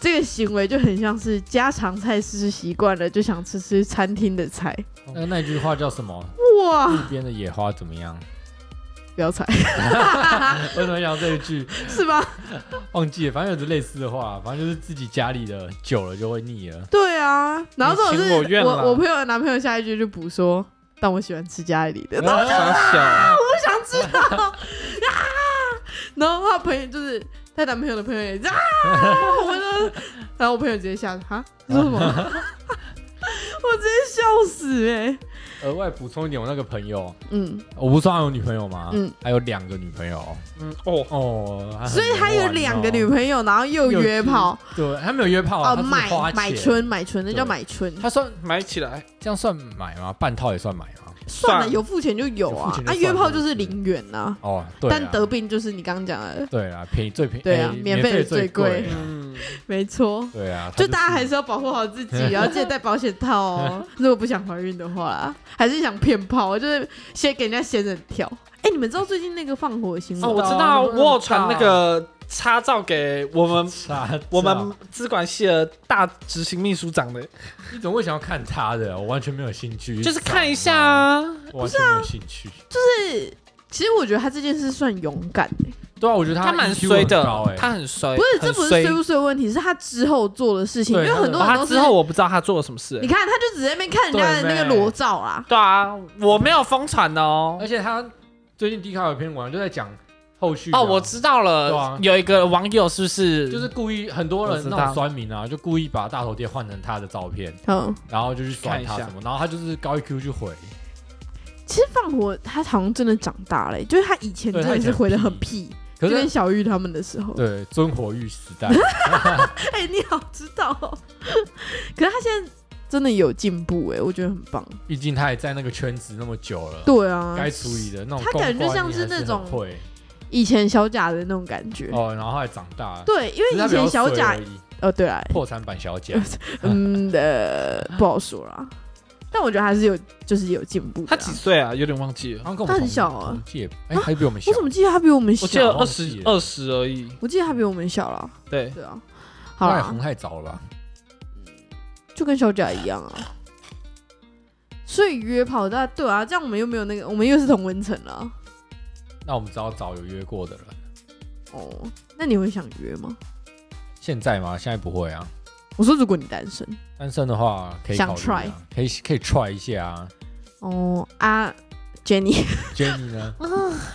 Speaker 2: 这个行为就很像是家常菜吃习惯了，就想吃吃餐厅的菜。
Speaker 3: 那那句话叫什么？
Speaker 2: 哇，
Speaker 3: 路边的野花怎么样？
Speaker 2: 不要踩
Speaker 3: 为什么想到这一句？
Speaker 2: 是吧？
Speaker 3: 忘记了，反正有着类似的话，反正就是自己家里的久了就会腻了。
Speaker 2: 对啊，然后这种
Speaker 1: 你情我
Speaker 2: 是
Speaker 1: 愿
Speaker 2: 我
Speaker 1: 啦
Speaker 2: 我朋友的男朋友下一句就补说，但我喜欢吃家里 的，然后
Speaker 3: 啊
Speaker 1: 傻小，
Speaker 2: 我想知道啊，然后他朋友就是她男朋友的朋友也啊，我就，然后我朋友直接吓哈，你说什么？ 我直接笑死哎、欸，
Speaker 3: 额外补充一点，我那个朋友，
Speaker 2: 嗯。
Speaker 3: 我不是说他有女朋友吗？
Speaker 2: 嗯
Speaker 3: 嗯，还有两个女朋友
Speaker 1: 嗯哦，
Speaker 3: 哦，
Speaker 2: 所以他有两个女朋友，然后又
Speaker 3: 友
Speaker 2: 约炮，，
Speaker 3: 哦对，他没有约炮啊，
Speaker 2: 哦，
Speaker 3: 他是
Speaker 2: 买
Speaker 3: 花
Speaker 2: 买
Speaker 3: 钱
Speaker 2: 春买春，那
Speaker 3: 对
Speaker 2: 叫买春。
Speaker 1: 他算买起来，
Speaker 3: 这样算买吗？半套也算买吗？
Speaker 2: 算了，有付钱就有
Speaker 3: 有付
Speaker 2: 啊
Speaker 3: 钱，就
Speaker 2: 啊，
Speaker 3: 算
Speaker 2: 约炮
Speaker 3: 了
Speaker 2: 就是零元呐，
Speaker 3: 哦，对啊，
Speaker 2: 但得病就是你刚刚讲的，
Speaker 3: 对啊，便宜最便宜，
Speaker 2: 对啊
Speaker 3: 哎
Speaker 2: 免
Speaker 3: 免
Speaker 2: 费
Speaker 3: 费
Speaker 2: 最
Speaker 3: 贵
Speaker 2: 贵
Speaker 3: 啊，
Speaker 1: 嗯，
Speaker 2: 没错。
Speaker 3: 对啊，
Speaker 2: 就大家还是要保护好自己，然后记得带保险套哦。如果不想怀孕的话啦，还是想骗炮，就是先给人家仙人跳。哎，你们知道最近那个放火新
Speaker 1: 哦，
Speaker 2: 闻
Speaker 1: 我
Speaker 2: 吗？
Speaker 1: 知道，我有传那个插照给我们
Speaker 3: 傻，
Speaker 1: 我们资管系的大执行秘书长的，
Speaker 3: 你怎么会想要看他的？我完全没有兴趣，
Speaker 1: 就是看一下啊。
Speaker 3: 我完全没有兴趣。
Speaker 2: 就是，其实我觉得他这件事算勇敢的，
Speaker 3: 对啊，我觉得
Speaker 1: 他蛮
Speaker 3: EQ
Speaker 1: 衰
Speaker 3: 很
Speaker 1: 的
Speaker 3: 高哎，，
Speaker 1: 他很衰，
Speaker 2: 不是，这
Speaker 1: 很
Speaker 2: 不是
Speaker 1: 衰
Speaker 2: 衰不衰的问题，是他之后做的事情。因
Speaker 3: 对
Speaker 2: 为很多
Speaker 1: 哦
Speaker 2: 人
Speaker 1: 他
Speaker 2: 都是
Speaker 1: 之后我不知道他做了什么事、
Speaker 2: 你
Speaker 1: 欸。
Speaker 2: 看，他就只在那边看人家的那个裸照啦。
Speaker 1: 对啊，我没有疯传哦
Speaker 3: 而。且他最近 D 卡有篇文就在讲后续啊
Speaker 1: 哦，我知道了，
Speaker 3: 对啊
Speaker 1: 有一个网友是不是
Speaker 3: 就是故意很多
Speaker 1: 我
Speaker 3: 人
Speaker 1: 知道
Speaker 3: 那种酸民啊，就故意把大头贴换成他的照片，
Speaker 2: 嗯，
Speaker 3: 然后就去酸他
Speaker 1: 看一下
Speaker 3: 什么，然后他就是高 EQ 去回，
Speaker 2: 其实放火他好像真的长大了、欸就是他以前真的是回的很屁，
Speaker 3: 可
Speaker 2: 就跟
Speaker 3: 是
Speaker 2: 小玉他们的时候。
Speaker 3: 对尊火欲时 代，
Speaker 2: 哎、你好知道哦。可是他现在真的有进步哎、我觉得很棒。
Speaker 3: 毕竟他也在那个圈子那么久了，
Speaker 2: 对啊，
Speaker 3: 该处理的那种
Speaker 2: 他
Speaker 3: 公
Speaker 2: 感觉就
Speaker 3: 关
Speaker 2: 像
Speaker 3: 你
Speaker 2: 是
Speaker 3: 还
Speaker 2: 那
Speaker 3: 很
Speaker 2: 种
Speaker 3: 会
Speaker 2: 以前小贾的那种感觉。
Speaker 3: 哦，然后后来长大了。
Speaker 2: 对，因
Speaker 3: 只
Speaker 2: 为
Speaker 3: 是他
Speaker 2: 以
Speaker 3: 比较
Speaker 2: 前小
Speaker 3: 衰
Speaker 2: 贾哦
Speaker 3: 而，已
Speaker 2: 呃，对啊，
Speaker 3: 破产版小贾，
Speaker 2: 嗯的、呃不好说啦。但我觉得还是有，就是有进步的
Speaker 1: 他
Speaker 2: 啊、
Speaker 1: 几岁啊？有点忘记了，
Speaker 3: 好像跟我们
Speaker 2: 他很
Speaker 3: 同
Speaker 2: 小啊
Speaker 3: 同届，哎，还比我们小
Speaker 2: 我怎。么记得他比我们小？
Speaker 1: 我记得
Speaker 3: 忘
Speaker 1: 二
Speaker 3: 记
Speaker 1: 十
Speaker 3: 了
Speaker 1: 二十而已。
Speaker 2: 我记得他比我们小了，
Speaker 1: 对，
Speaker 2: 对啊，好
Speaker 3: 他也
Speaker 2: 啦
Speaker 3: 红，太早了吧？
Speaker 2: 就跟小贾一样啊。所以约炮，那对啊，这样我们又没有那个，我们又是同温层啊了。
Speaker 3: 那我们只好找有约过的人。
Speaker 2: 哦，那你会想约吗？
Speaker 3: 现在吗？现在不会啊。
Speaker 2: 我说如果你单身，
Speaker 3: 单身的话可以考虑、
Speaker 2: 想 try
Speaker 3: 啊，可以可以 try 一下啊。
Speaker 2: 哦啊，Jenny，
Speaker 3: Jenny 呢？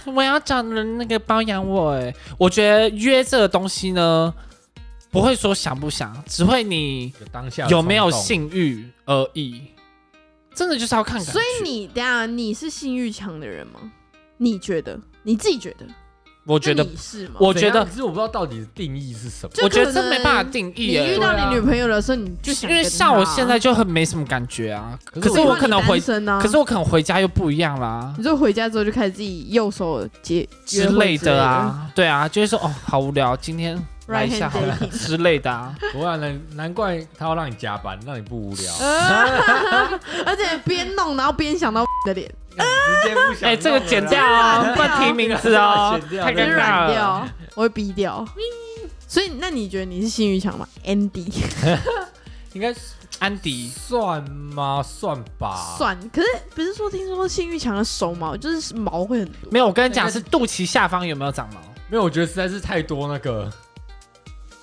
Speaker 1: 我要找人那个包养我哎、我觉得约这个东西呢，不会说想不想，只会你
Speaker 3: 有当下的
Speaker 1: 有没有
Speaker 3: 冲动？
Speaker 1: 性欲而已。真的就是要看感觉。
Speaker 2: 所以你等一下你是性欲强的人吗？你觉得你自己觉得？
Speaker 1: 我觉得
Speaker 2: 那，你是吗？
Speaker 1: 我觉
Speaker 3: 怎样
Speaker 1: 得
Speaker 3: 可，是我不知道到底定义是什么。
Speaker 2: 就
Speaker 1: 我觉得
Speaker 2: 可
Speaker 1: 这
Speaker 2: 能
Speaker 1: 没办法定
Speaker 2: 你
Speaker 1: 义、
Speaker 2: 遇
Speaker 1: 欸。
Speaker 2: 到
Speaker 3: 对啊
Speaker 2: 你女朋友的时候，你就
Speaker 1: 就是
Speaker 2: 想
Speaker 1: 因为
Speaker 2: 跟她
Speaker 1: 像我现在就很没什么感觉啊，
Speaker 3: 可
Speaker 1: 可
Speaker 3: 是
Speaker 1: 是
Speaker 2: 我
Speaker 1: 我可能回，
Speaker 2: 身啊，
Speaker 1: 可是我可能回家又不一样啦
Speaker 2: 你就回家之后就开始自己右手 接
Speaker 1: 之类的，啊，对啊，就会说哦，好无聊，今天来
Speaker 2: 约会之
Speaker 1: 一
Speaker 2: 类
Speaker 1: 下
Speaker 2: 的
Speaker 1: 好了
Speaker 2: right hand dating
Speaker 1: 之类的啊。
Speaker 3: 不然呢，难怪他要让你加班，让你不无聊，
Speaker 1: 啊
Speaker 2: 呃而且边弄然后边想到的脸，
Speaker 3: 直接不想。
Speaker 1: 哎、这个剪掉 哦，
Speaker 2: 啊
Speaker 1: 不能提名字哦
Speaker 3: 剪，掉
Speaker 1: 太
Speaker 3: 这个
Speaker 1: 尴
Speaker 2: 软
Speaker 1: 尬了。
Speaker 2: 掉，我会逼掉。所以，那你觉得你是性欲强吗？Andy
Speaker 3: 应该
Speaker 1: 安迪，
Speaker 3: 算吗？算吧。。
Speaker 2: 算，可是不是说听说性欲强的手毛就是毛会很多？
Speaker 1: 没有，我跟你
Speaker 3: 那
Speaker 1: 讲
Speaker 3: 个
Speaker 1: 是肚脐下方有没有长毛？
Speaker 3: 没有，我觉得实在是太多那个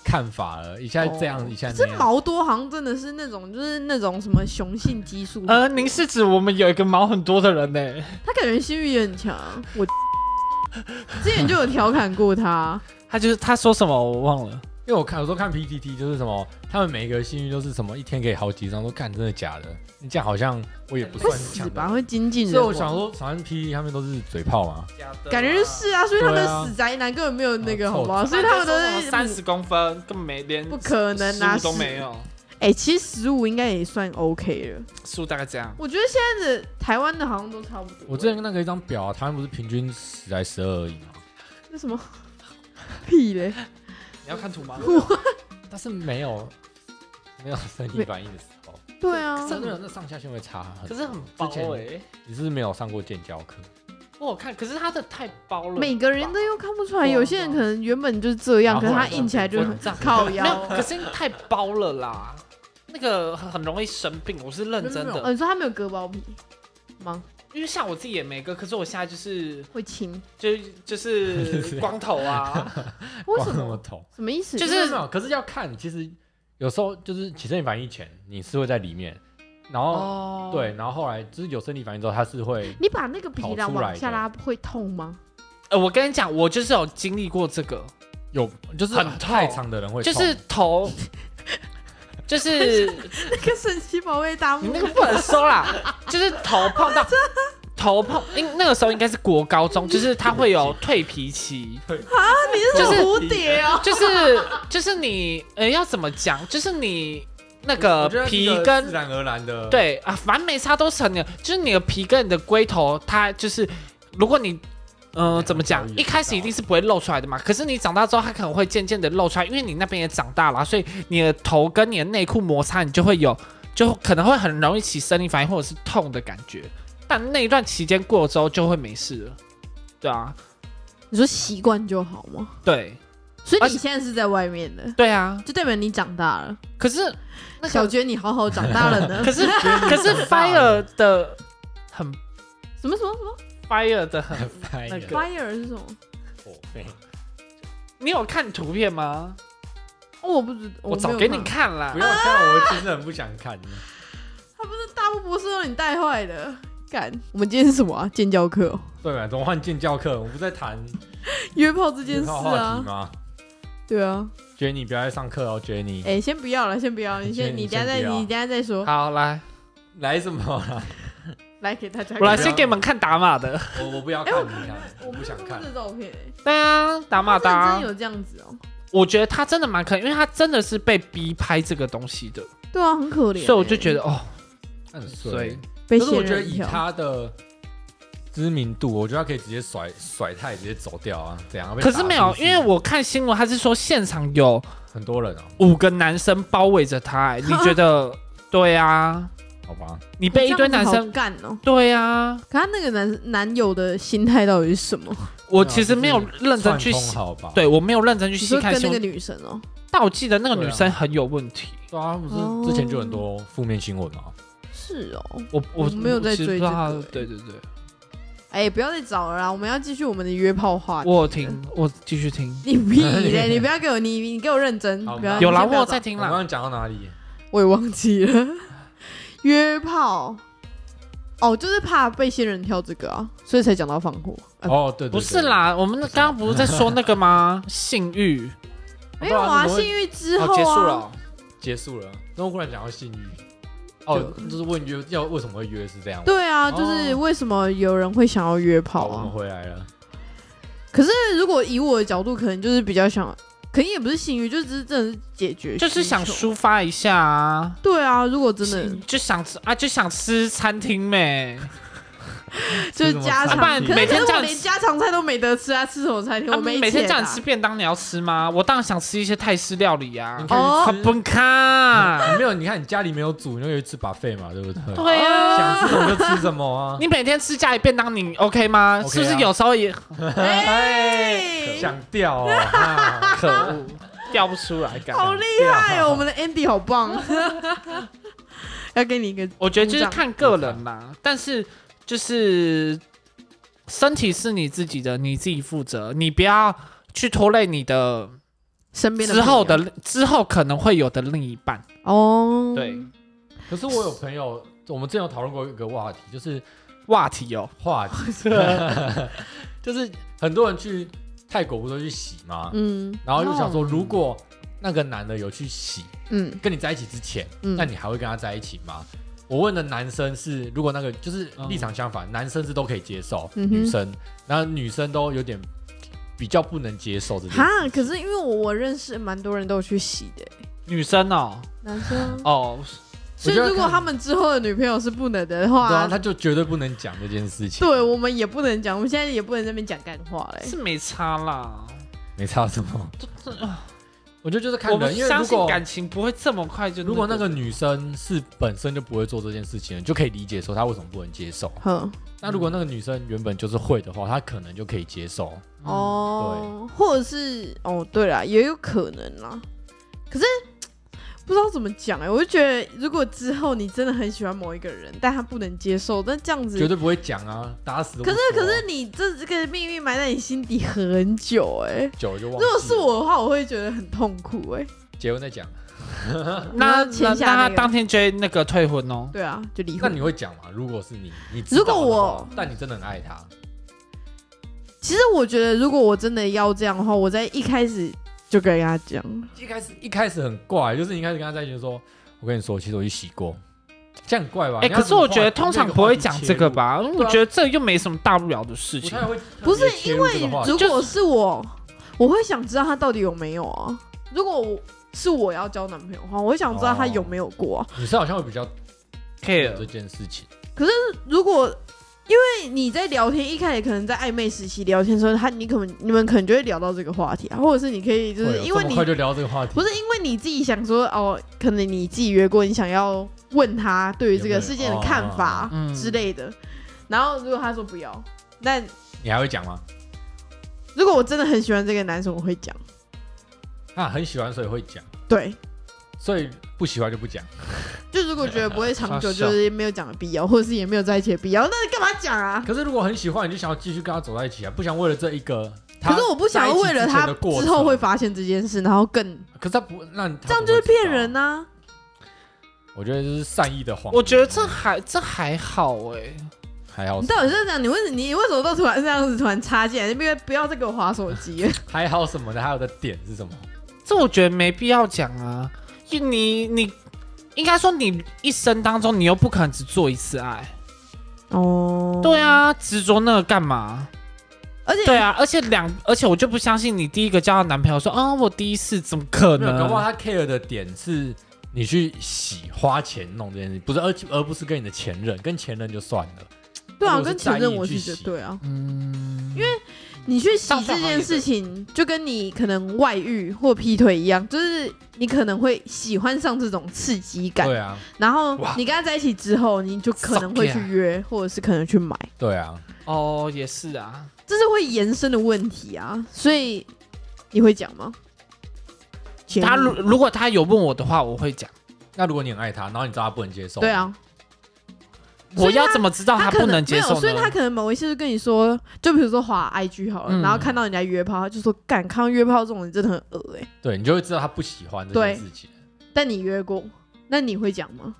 Speaker 3: 看法了，一下这样，
Speaker 2: 哦
Speaker 3: 一下那
Speaker 2: 这
Speaker 3: 样。
Speaker 2: 毛多好像真的是那种，就是那种什么雄性激素。
Speaker 1: 呃，您是指我们有一个毛很多的人呢、
Speaker 2: 他感觉性欲也很强，我 之前就有调侃过他。
Speaker 1: 他就是他说什么我忘了，
Speaker 3: 因为我看有时候看 PTT 就是什么，他们每一个幸运都是什么一天可以好几张，都看真的假的？你这样好像我也不
Speaker 2: 会
Speaker 3: 算
Speaker 2: 死
Speaker 3: 强
Speaker 2: 吧？
Speaker 3: 的。
Speaker 2: 会精进人
Speaker 3: 所以
Speaker 2: 亡。
Speaker 3: 我想说，反正 PTT 他们都是嘴炮嘛，
Speaker 2: 感觉就是啊，所以他们
Speaker 3: 对啊
Speaker 2: 的死宅男根本没有那个，
Speaker 3: 啊
Speaker 2: 好不好？
Speaker 3: 臭
Speaker 2: 所以他们都
Speaker 1: 说什么
Speaker 2: 是
Speaker 1: 三十公分，根本没连
Speaker 2: 不可能啊，
Speaker 1: 15都没
Speaker 2: 十。
Speaker 1: 有，
Speaker 2: 哎、其实十五应该也算 OK 了。
Speaker 1: 数大概这样。
Speaker 2: 我觉得现在的台湾的好像都差不多。
Speaker 3: 我之前那个一张表啊，台湾不是平均十来十二而已吗？
Speaker 2: 那什么 屁嘞？
Speaker 1: 你要看图吗？
Speaker 3: 但是没有没有生理反应的时 候，
Speaker 2: 对啊，
Speaker 3: 真的那上下限会差很
Speaker 1: 可
Speaker 3: 多。
Speaker 1: 是很包
Speaker 3: 之前
Speaker 1: 哎、
Speaker 3: 你是不是没有上过健教课？
Speaker 1: 哦我看，可是他的太包了。
Speaker 2: 每个人都又看不出来，
Speaker 1: 对啊
Speaker 2: 有些人可能原本就是这样，
Speaker 3: 然
Speaker 2: 可
Speaker 3: 后
Speaker 2: 是
Speaker 3: 后
Speaker 2: 他
Speaker 3: 来
Speaker 2: 硬起来就很
Speaker 1: 这样
Speaker 2: 靠
Speaker 1: 没有，
Speaker 2: 腰。
Speaker 1: 可是太包了啦，那个很容易生病。我是认真
Speaker 3: 没有没
Speaker 2: 哦，
Speaker 1: 的，
Speaker 2: 你说他没有割包皮吗？
Speaker 1: 因为像我自己也没割，可是我现在就是
Speaker 2: 会青？
Speaker 1: 就 就是光头啊，
Speaker 2: 为什
Speaker 3: 光那么
Speaker 2: 么？
Speaker 3: 头？
Speaker 2: 什么意思？
Speaker 1: 就是
Speaker 3: 没有没有，可是要看，其实有时候就是起生理反应前，你是会在里面，然后、
Speaker 1: 哦
Speaker 3: 对，，然后后来就是有生理反应之后，它是会
Speaker 2: 你把那个皮
Speaker 3: 跑
Speaker 2: 囊
Speaker 3: 出来
Speaker 2: 往下
Speaker 3: 的
Speaker 2: 拉会痛吗？
Speaker 1: 呃，我跟你讲，我就是有经历过这个，
Speaker 3: 有就是
Speaker 1: 很痛
Speaker 3: 太长的人会
Speaker 1: 就
Speaker 3: 痛
Speaker 1: 是头， 就是
Speaker 2: 那个神奇宝贝大
Speaker 1: 你那个不能收啦，就是头碰 到。头碰，因那个时候应该是国高 中，就是它会有蜕皮期，就是
Speaker 2: 蝴蝶哦，
Speaker 1: 就是就是你呃要怎么讲？就是你那个
Speaker 3: 我觉得
Speaker 1: 皮
Speaker 3: 这个
Speaker 1: 跟
Speaker 3: 自然而然的，
Speaker 1: 对啊，反正没差都成了，就是你的皮跟你的龟头，它就是如果你。嗯、怎么讲
Speaker 3: 两个？都
Speaker 1: 一
Speaker 3: 有
Speaker 1: 开始一定是不会露出来的嘛。可是你长大之后，它可能会渐渐的露出来，因为你那边也长大了啊，所以你的头跟你的内裤摩擦，你就会有，就可能会很容易起生理反应或者是痛的感觉。但那一段期间过了之后，就会没事了。对啊，
Speaker 2: 你说习惯就好吗？
Speaker 1: 对
Speaker 2: 所以
Speaker 1: 而
Speaker 2: 你
Speaker 1: 且
Speaker 2: 现在是在外面的，
Speaker 1: 对啊。
Speaker 2: 就代表你长大了。
Speaker 1: 可 是那
Speaker 2: 小
Speaker 1: 个，
Speaker 2: 娟，你好好长大了呢
Speaker 1: 可。是可是 fire 的很
Speaker 2: 什么什么什么
Speaker 1: fire 的很，
Speaker 3: 拍
Speaker 1: 那
Speaker 3: 的
Speaker 1: 个
Speaker 2: ？Fire 是什么？
Speaker 3: 火背，
Speaker 1: 你有看图片吗？
Speaker 2: 哦，我不知，
Speaker 1: 我
Speaker 2: 没
Speaker 1: 找
Speaker 2: 有
Speaker 1: 给你。看啦
Speaker 3: 不。 要看，我其实很不想看。
Speaker 2: 他不是大布博士让你带坏的。干，我们今天是什么啊？建教课哦、
Speaker 3: 对啊嘛？怎么换健教课？我们不在谈
Speaker 2: 约炮这件事
Speaker 3: 套话题
Speaker 2: 啊。
Speaker 3: 吗
Speaker 2: 对啊，
Speaker 3: ？Jenny 不要再上课哦，Jenny。
Speaker 2: 哎、先不要了，先不要，你先，
Speaker 3: 先
Speaker 2: 你等下再，
Speaker 3: 先不要
Speaker 2: 你等下再说。
Speaker 1: 好，来，
Speaker 3: 来什么啊啦？
Speaker 2: 来给大家看，
Speaker 1: 我来先给你们看打码的。
Speaker 3: 我我不要看，
Speaker 2: 哎我
Speaker 3: 你看，
Speaker 2: 我
Speaker 3: 不
Speaker 2: 没
Speaker 3: 想
Speaker 2: 看过
Speaker 3: 看
Speaker 2: 这。照片、欸，
Speaker 1: 对啊，打码的
Speaker 2: 他
Speaker 1: 啊
Speaker 2: 真的。有这样子哦、
Speaker 1: 我觉得他真的蛮可怜，因为他真的是被逼拍这个东西的，
Speaker 2: 对啊，很可怜、欸
Speaker 1: 所以我就觉得哦，
Speaker 3: 那很
Speaker 1: 所
Speaker 3: 衰
Speaker 1: 以。
Speaker 2: 被
Speaker 3: 可是我
Speaker 2: 仙
Speaker 3: 觉得
Speaker 2: 人
Speaker 3: 以
Speaker 2: 跳。
Speaker 3: 他的知名度，我觉得他可以直接甩甩他，也直接走掉啊，怎样？被
Speaker 1: 可是
Speaker 3: 打
Speaker 1: 没有
Speaker 3: 出，去
Speaker 1: 因为我看新闻，他是说现场有
Speaker 3: 很多人哦，
Speaker 1: 五个男生包围着他、哎你觉得？对啊，
Speaker 3: 好吧，
Speaker 1: 你被一堆男
Speaker 2: 这样子
Speaker 1: 生
Speaker 2: 好。干哦。
Speaker 1: 对啊，
Speaker 2: 可他那个男男友的心态到底是什么？
Speaker 1: 我
Speaker 3: 对啊
Speaker 1: 其实没有
Speaker 3: 就是
Speaker 1: 认真去
Speaker 3: 串通
Speaker 1: 细，
Speaker 3: 好吧？
Speaker 1: 对我没有认真去
Speaker 2: 你
Speaker 1: 细
Speaker 2: 说
Speaker 1: 看
Speaker 2: 跟
Speaker 1: 新
Speaker 2: 那个
Speaker 1: 闻，
Speaker 2: 女生哦，
Speaker 1: 但我记得那个
Speaker 3: 对
Speaker 1: 女
Speaker 3: 啊
Speaker 1: 生很有问题。
Speaker 3: 对啊，不
Speaker 2: 哦
Speaker 3: 是之前就很多负面新闻嘛。
Speaker 2: 是哦，
Speaker 1: 我我
Speaker 2: 我没有在
Speaker 1: 其实不
Speaker 2: 追
Speaker 1: 知道她
Speaker 2: 这个欸
Speaker 1: 对对对，
Speaker 2: 哎，不要再找了啦，我们要继续我们的约炮话题。
Speaker 1: 我有听，我继续听。
Speaker 2: 你 屁嘞！你不要给我你你给我认真，
Speaker 3: 好
Speaker 2: 不要
Speaker 3: 啊
Speaker 1: 有啦，
Speaker 2: 你先不
Speaker 1: 我
Speaker 2: 要
Speaker 1: 有
Speaker 2: 找
Speaker 1: 在听
Speaker 3: 我刚
Speaker 1: 啦。
Speaker 3: 刚讲到哪里？
Speaker 2: 我也忘记了约炮。哦，就是怕被仙人跳这个啊，所以才讲到放火。啊
Speaker 3: 哦，对，对
Speaker 1: 不是，
Speaker 3: 对
Speaker 1: 啦，我们刚刚不是在说那个 吗？性欲
Speaker 2: 没有啊，
Speaker 3: 不然怎么会
Speaker 2: 性欲之后
Speaker 1: 哦，
Speaker 2: 啊，
Speaker 1: 结束了。
Speaker 3: 结束了。那我忽然讲到性欲，哦，就是问约要为什么会约是这样。
Speaker 2: 对啊，
Speaker 3: 哦
Speaker 2: 就是为什么有人会想要约
Speaker 3: 好，
Speaker 2: 炮
Speaker 3: 我们
Speaker 2: 啊？
Speaker 3: 回来了。
Speaker 2: 可是如果以我的角度，可能就是比较想，可能也不是性欲，就只是真的是解决需求，
Speaker 1: 就是想抒发一下啊，
Speaker 2: 对啊，如果真的
Speaker 1: 就想吃啊，就想吃餐厅呗。
Speaker 2: 就是家常，
Speaker 1: 吃什么饭
Speaker 2: 可是
Speaker 1: 每天
Speaker 2: 可
Speaker 1: 这
Speaker 2: 是我
Speaker 1: 样
Speaker 2: 连
Speaker 1: 吃
Speaker 2: 家常菜都没得吃啊，吃什么餐厅？
Speaker 1: 啊，
Speaker 2: 我没
Speaker 1: 每天
Speaker 2: 钱
Speaker 1: 叫
Speaker 2: 啊
Speaker 1: 你吃便当，你要吃吗？我当然想吃一些泰式料理呀
Speaker 3: 你。
Speaker 2: 看哦
Speaker 1: 啊，
Speaker 3: 可以去吃
Speaker 1: 崩卡。
Speaker 3: 没有，你看你家里没有煮，你就有一次把费嘛，对 不对？
Speaker 1: 对
Speaker 3: 想
Speaker 1: 啊，
Speaker 3: 吃什么就吃什么啊。
Speaker 1: 你每天吃家里便当，你 OK 吗
Speaker 3: OK 啊
Speaker 1: 是不是有时候也
Speaker 2: 哎
Speaker 3: 想掉哦， 啊
Speaker 1: 可 恶，掉不出来？干
Speaker 2: 好厉害 哦！我们的 Andy 好棒， 要给你一个
Speaker 1: 我觉得就是看个人啦，但是就是身体是你自己的，你自己负责，你不要去拖累你的
Speaker 2: 身边的
Speaker 1: 之后
Speaker 2: 朋友
Speaker 1: 的之后可能会有的另一半。
Speaker 2: 哦，
Speaker 1: 对，
Speaker 3: 可是我有朋友，我们之前有讨论过一个话题，就是
Speaker 1: 话题哦，
Speaker 3: 话题， 啊 就是很多人去泰国不是都去洗吗？
Speaker 2: 嗯
Speaker 3: 然后又想说，如果那个男的有去洗，
Speaker 2: 嗯
Speaker 3: 跟你在一起之前，
Speaker 2: 嗯
Speaker 3: 那你还会跟他在一起吗？我问的男生是，如果那个就是立场相反，男生是都可以接受，
Speaker 2: 嗯哼
Speaker 3: 女生，然后女生都有点比较不能接受这件事
Speaker 2: 哈，可是因为我我认识蛮多人都有去洗的欸，
Speaker 1: 女生哦，
Speaker 2: 男生，
Speaker 1: 哦，
Speaker 2: 所以
Speaker 3: 我觉得
Speaker 2: 如果
Speaker 3: 看
Speaker 2: 他们之后的女朋友是不能的
Speaker 3: 对啊，
Speaker 2: 话，
Speaker 3: 他就绝对不能讲这件事情。
Speaker 2: 对我们也不能讲，我们现在也不能在那边讲干话嘞。
Speaker 1: 是没差啦。
Speaker 3: 没差什么。我觉得就是看
Speaker 1: 我们
Speaker 3: 人，因为
Speaker 1: 相
Speaker 3: 如
Speaker 1: 信
Speaker 3: 果
Speaker 1: 感情不会这么快就
Speaker 3: 如果那
Speaker 1: 个
Speaker 3: 个女生是本身就不会做这件事情的，就可以理解说她为什么不能接受。
Speaker 2: 哼
Speaker 3: 那如果那个女生原本就是会的话，她可能就可以接受。
Speaker 1: 嗯
Speaker 2: 哦，或者是哦，对啦，也有可能啦。可是不知道怎么讲哎、我就觉得如果之后你真的很喜欢某一个人，但他不能接受，但这样子
Speaker 3: 绝，对不会讲啊，打死都
Speaker 2: 可
Speaker 3: 不
Speaker 2: 是
Speaker 3: 说啊。
Speaker 2: 可是你这这个秘密埋在你心底很久哎、
Speaker 3: 久了就忘
Speaker 2: 如
Speaker 3: 记了。
Speaker 2: 果是我的话，我会觉得很痛苦哎、
Speaker 3: 结婚再讲，
Speaker 2: 你要
Speaker 1: 那那
Speaker 2: 签下
Speaker 1: 那他
Speaker 2: 那个
Speaker 1: 当天就会那个退婚哦。
Speaker 2: 对啊，就离
Speaker 3: 那
Speaker 2: 婚
Speaker 3: 你。会讲吗？如果是你，你
Speaker 2: 如果我
Speaker 3: 知道的话但你真的很爱他，
Speaker 2: 其实我觉得，如果我真的要这样的话，我在一开始就跟人家讲，
Speaker 3: 一开始一开始很怪，就是你一开始跟他在一起就说，我跟你说，其实我去洗过，这样很怪吧？
Speaker 1: 哎、
Speaker 3: 你要
Speaker 1: 可是
Speaker 3: 怎么
Speaker 1: 我觉得
Speaker 3: 话
Speaker 1: 通常不会讲这个？吧，因为我
Speaker 3: 对啊
Speaker 1: 觉得这又没什么大不了的事
Speaker 3: 不
Speaker 1: 情
Speaker 3: 太。会，
Speaker 2: 不是
Speaker 3: 因为
Speaker 2: 哎如果是我，我会想知道他到底有没有啊。如果我是我要交男朋友的话，我会想知道他有没有过、啊。
Speaker 3: 女生好像会比较
Speaker 1: care
Speaker 3: 懂这件事情。
Speaker 2: 如果因为你在聊天一开始可能在暧昧时期聊天的时候，他你可能你们可能就会聊到这个话题啊，或者是你可以就
Speaker 3: 会
Speaker 2: 是
Speaker 3: 哦
Speaker 2: 因为
Speaker 3: 这么
Speaker 2: 你
Speaker 3: 快就聊到这个话题，
Speaker 2: 不是因为你自己想说哦，可能你自己约过，你想要问他对于这个事件的看法
Speaker 1: 有没有哦
Speaker 2: 之类的。然后如果他说不要，但
Speaker 3: 你还会讲吗？
Speaker 2: 如果我真的很喜欢这个男生，我会讲
Speaker 3: 啊，很喜欢所以会讲，
Speaker 2: 对。
Speaker 3: 所以不喜欢就不讲。
Speaker 2: 就如果觉得不会长久，
Speaker 1: 傻笑
Speaker 2: 就是没有讲的必要，或者是也没有在一起的必要，那干嘛讲啊？
Speaker 3: 可是如果很喜欢，你就想要继续跟他走在一起啊，不想为了这一个。
Speaker 2: 可是我不想要为了他
Speaker 3: 在一起之前的过程啊
Speaker 2: 之后会发现这件事，然后更
Speaker 3: 可是他不，那他
Speaker 2: 这样就是骗人啊呐、
Speaker 3: 怎么会知道。我觉得这是善意的谎言。
Speaker 1: 我觉得这还这还好哎、
Speaker 3: 还好
Speaker 2: 你，到底是这样？你为什你为什么都突然这样子突然插进来？因为不要再给我划手机了。
Speaker 3: 还好什么的？还有的点是什么？
Speaker 1: 这我觉得没必要讲啊。就你你应该说你一生当中你又不可能只做一次爱，
Speaker 2: 哦
Speaker 1: 对，啊，执着那个干嘛？
Speaker 2: 而且
Speaker 1: 对啊，而且两而且我就不相信你第一个交的男朋友说啊、我第一次怎么可
Speaker 3: 没有，搞不好
Speaker 1: 能？
Speaker 3: 他 care 的点是你去洗花钱弄这件事，不是而而不是跟你的前任，跟前任就算了。
Speaker 2: 对啊，
Speaker 3: 如果
Speaker 2: 跟
Speaker 3: 是
Speaker 2: 前
Speaker 3: 在
Speaker 2: 任
Speaker 3: 意
Speaker 2: 我
Speaker 3: 去
Speaker 2: 是觉得
Speaker 3: 洗
Speaker 2: 对啊，
Speaker 1: 嗯，
Speaker 2: 因为你去洗
Speaker 1: 上上
Speaker 2: 这
Speaker 1: 行业
Speaker 2: 件事情，就跟你可能外遇或劈腿一样，就是你可能会喜欢上这种刺激感，
Speaker 3: 对啊，
Speaker 2: 然后
Speaker 3: 哇
Speaker 2: 你跟他在一起之后，你就可能会
Speaker 1: Suck
Speaker 2: 去
Speaker 1: yeah
Speaker 2: 约，或者是可能去买，
Speaker 3: 对啊，
Speaker 1: 哦，也是啊，
Speaker 2: 这是会延伸的问题啊。所以你会讲吗？前
Speaker 1: 他如如果他有问我的话，我会讲。
Speaker 3: 那如果你很爱他，然后你知道他不能接受，
Speaker 2: 对，啊，所以
Speaker 1: 我要怎么知道
Speaker 2: 他可
Speaker 1: 啊不能
Speaker 2: 能
Speaker 1: 接受
Speaker 2: 没有，所以他
Speaker 1: 呢？
Speaker 2: 可能某一次就跟你说，就比如说滑 IG 好了，
Speaker 1: 嗯
Speaker 2: 然后看到人家约炮，他就说干，看到约炮这种人真的很恶哎、
Speaker 3: 对你就会知道他不喜欢这
Speaker 2: 对
Speaker 3: 件事情。
Speaker 2: 但你约过，那你会讲吗？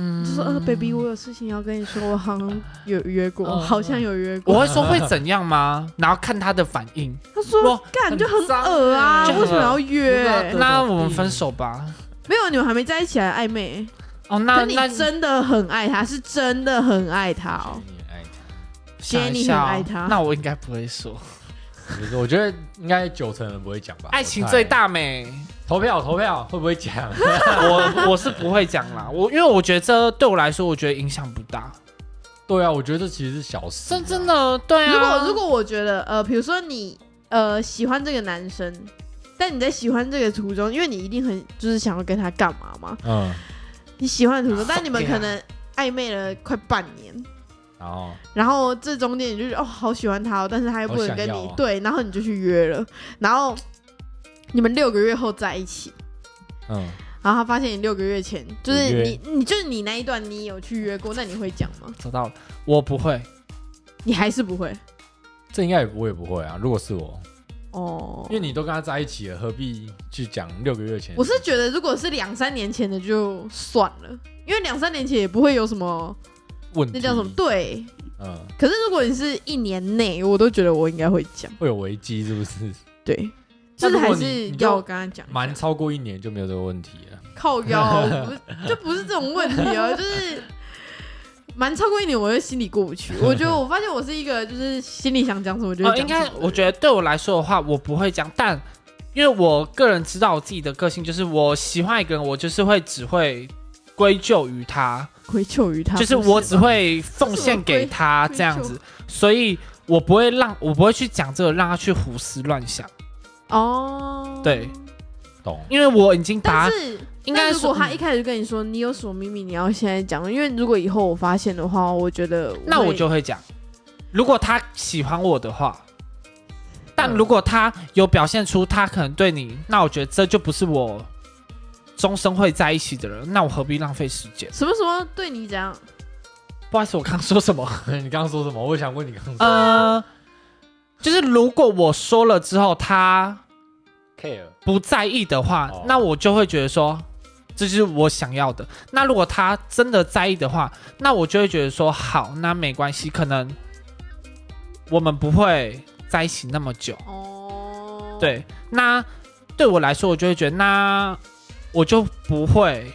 Speaker 1: 嗯
Speaker 2: 就说呃，baby，我有事情要跟你说，我好像有约过，
Speaker 1: 嗯
Speaker 2: 好像有约过。
Speaker 1: 我会说会怎样吗？然后看他的反应。
Speaker 2: 他说
Speaker 1: 哇
Speaker 2: 干就很
Speaker 3: 很脏
Speaker 2: 恶啊，
Speaker 1: 欸
Speaker 2: 为什么要
Speaker 3: 就很
Speaker 2: 约
Speaker 3: 恶？
Speaker 1: 那我们分手吧。
Speaker 2: 没有，你们还没在一起还暧昧、
Speaker 1: 哦，
Speaker 2: 可
Speaker 1: 那
Speaker 2: 你
Speaker 1: 那
Speaker 2: 真的很爱他，是真的很爱他哦。
Speaker 3: 你很爱他，
Speaker 1: 想
Speaker 2: 觉
Speaker 1: 一
Speaker 2: 得你
Speaker 1: 下
Speaker 2: 很
Speaker 1: 哦
Speaker 2: 爱他
Speaker 1: 那我应该不会说。
Speaker 3: 比如说我觉得应该九成人不会讲吧。
Speaker 1: 爱情
Speaker 3: 我猜
Speaker 1: 最，大美，
Speaker 3: 投票投票会不会讲？
Speaker 1: 我我是不会讲啦。我因为我觉得这对我来说，我觉得影响不大。
Speaker 3: 对啊，我觉得这其实是小事啊。
Speaker 1: 真真的对啊。
Speaker 2: 如果如果我觉得呃，比如说你呃喜欢这个男生，但你在喜欢这个途中，因为你一定很就是想要跟他干嘛嘛，
Speaker 3: 嗯，
Speaker 2: 你喜欢
Speaker 3: 啊
Speaker 2: 的途中，但你们
Speaker 1: Fuck yeah
Speaker 2: 可能暧昧了快半年，
Speaker 3: 然后
Speaker 2: 然后这中间你就觉得哦好喜欢他哦，但是他又不能跟你、
Speaker 3: 好想要哦
Speaker 2: 对，然后你就去约了，然后你们六个月后在一起，
Speaker 3: 嗯，
Speaker 2: 然后他发现你六个月前就是
Speaker 3: 有约
Speaker 2: 你你就是你那一段你有去约过，那你会讲吗？
Speaker 1: 找到了，我不会。
Speaker 2: 你还是不会
Speaker 3: 这应该也不会不会啊。如果是我，
Speaker 2: 哦
Speaker 3: 因为你都跟他在一起了，何必去讲六个月前？
Speaker 2: 我是觉得，如果是两三年前的就算了，因为两三年前也不会有什么
Speaker 3: 问
Speaker 2: 那
Speaker 3: 题
Speaker 2: 叫什么对。
Speaker 3: 嗯，
Speaker 2: 可是如果你是一年内，我都觉得我应该会讲
Speaker 3: 会有危机是不是？
Speaker 2: 对，就
Speaker 3: 那
Speaker 2: 是
Speaker 3: 如果
Speaker 2: 还
Speaker 3: 你
Speaker 2: 是
Speaker 3: 你就
Speaker 2: 要跟他讲一下
Speaker 3: 蛮超过一年就没有这个问题了。
Speaker 2: 靠腰， 不是就不是这种问题啊，就是。蛮超过一年，我就心里过不去。我觉得我发现我是一个，就是心里想讲什么就会
Speaker 1: 呃，
Speaker 2: 讲
Speaker 1: 应
Speaker 2: 什么的
Speaker 1: 该
Speaker 2: 人、
Speaker 1: 我觉得对我来说的话，我不会讲，但因为我个人知道我自己的个性，就是我喜欢一个人，我就是会只会归咎于他，
Speaker 2: 归咎于他，
Speaker 1: 就是
Speaker 2: 不
Speaker 1: 我
Speaker 2: 吧
Speaker 1: 只会奉献给他
Speaker 2: 这
Speaker 1: 这
Speaker 2: 是我
Speaker 1: 样
Speaker 2: 归
Speaker 1: 子，所以我不会让我不会去讲这个，让他去胡思乱想，
Speaker 2: 哦，
Speaker 1: 对。
Speaker 3: 懂？
Speaker 1: 因为我已经把
Speaker 2: 但
Speaker 1: 他
Speaker 2: 是
Speaker 1: 应该
Speaker 2: 那如果
Speaker 1: 说嗯
Speaker 2: 他一开始就跟你说你有什么秘密，你要现在讲，因为如果以后我发现的话，我觉得
Speaker 1: 那我
Speaker 2: 会
Speaker 1: 就会讲，如果他喜欢我的话。但如果他有表现出他可能对你，那我觉得这就不是我终身会在一起的人，那我何必浪费时间？
Speaker 2: 什么什么对你怎样，
Speaker 1: 不好意思，我刚说什么？
Speaker 3: 你刚刚说什么？我想问你刚刚说
Speaker 1: 呃，就是如果我说了之后他
Speaker 3: care
Speaker 1: 不在意的话，
Speaker 3: 哦
Speaker 1: 那我就会觉得说这就是我想要的。那如果他真的在意的话，那我就会觉得说好，那没关系，可能我们不会在一起那么久。
Speaker 2: 哦，，
Speaker 1: 对，那对我来说，我就会觉得那我就不会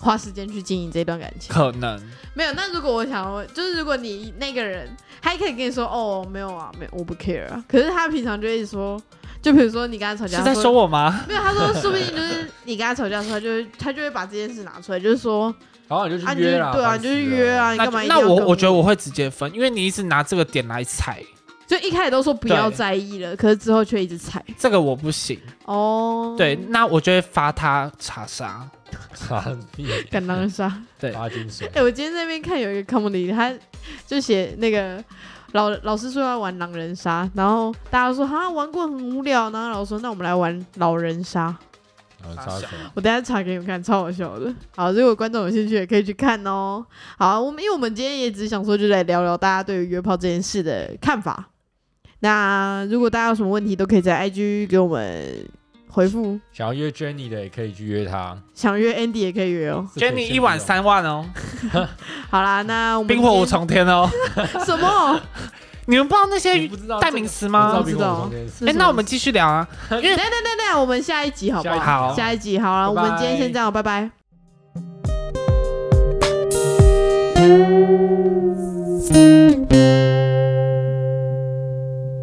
Speaker 2: 花时间去经营这段感情。
Speaker 1: 可能。
Speaker 2: 没有，那如果我想要，就是如果你那个人，他一开始跟你说哦没有啊，没我不 care 啊，可是他平常就一直说，就比如说你跟他吵架，
Speaker 1: 是在
Speaker 2: 他
Speaker 1: 说我吗？
Speaker 2: 没有，他说说不定就是你跟他吵架的时候，他就会他就会把这件事拿出来，就是说
Speaker 3: 然后你就
Speaker 2: 啊
Speaker 3: 去
Speaker 2: 你就是
Speaker 3: 约啦，
Speaker 2: 对啊，
Speaker 3: 烦
Speaker 2: 你就
Speaker 3: 死
Speaker 2: 是约啊，
Speaker 3: 了。
Speaker 2: 你
Speaker 1: 那
Speaker 2: 干嘛一定
Speaker 1: 那
Speaker 2: 要
Speaker 1: 我
Speaker 2: 跟
Speaker 1: 我觉得我会直接分，因为你一直拿这个点来踩，
Speaker 2: 就一开始都说不要
Speaker 1: 对
Speaker 2: 在意了，可是之后却一直踩。
Speaker 1: 这个我不行。
Speaker 2: 哦，
Speaker 1: 对，那我就会罚他查杀。
Speaker 3: 傻逼，
Speaker 2: 敢当啊杀！
Speaker 1: 对，
Speaker 3: 八金水
Speaker 2: 哎、。我今天在那边看有一个 comedy，他就写那个老老师说要玩狼人杀，然后大家说哈玩过很无聊，然后老师说那我们来玩老人杀，
Speaker 3: 嗯
Speaker 1: 傻
Speaker 3: 差
Speaker 1: 小
Speaker 3: 什么？
Speaker 2: 我等一下查给你们看，超好笑的。好，如果观众有兴趣也可以去看哦。好啊，我们因为我们今天也只想说，就来聊聊大家对于约炮这件事的看法。那如果大家有什么问题，都可以在 IG 给我们回复。
Speaker 3: 想要约 Jenny 的也可以去约他。
Speaker 2: 想约 Andy 也可以约哦。
Speaker 3: 是可以
Speaker 1: Jenny
Speaker 3: 先
Speaker 1: 一晚
Speaker 3: 不用
Speaker 1: 三万哦，
Speaker 2: 好啦，那我们
Speaker 1: 冰火五
Speaker 2: 今
Speaker 1: 重天哦。
Speaker 2: 天什 么？
Speaker 1: 你们不知道那些
Speaker 2: 哎
Speaker 3: 你不知道
Speaker 1: 代
Speaker 3: 这个
Speaker 1: 名词
Speaker 3: 我
Speaker 1: 吗
Speaker 2: 不？
Speaker 3: 知
Speaker 2: 知
Speaker 3: 道
Speaker 2: 道
Speaker 3: 冰火重天是
Speaker 2: 是什
Speaker 1: 哎，
Speaker 2: 么
Speaker 1: 那我们继续聊啊。
Speaker 2: 等一下等一下等一下，我们下一集好不好？
Speaker 1: 好
Speaker 2: 下一集好了，我们今天先这样，拜拜。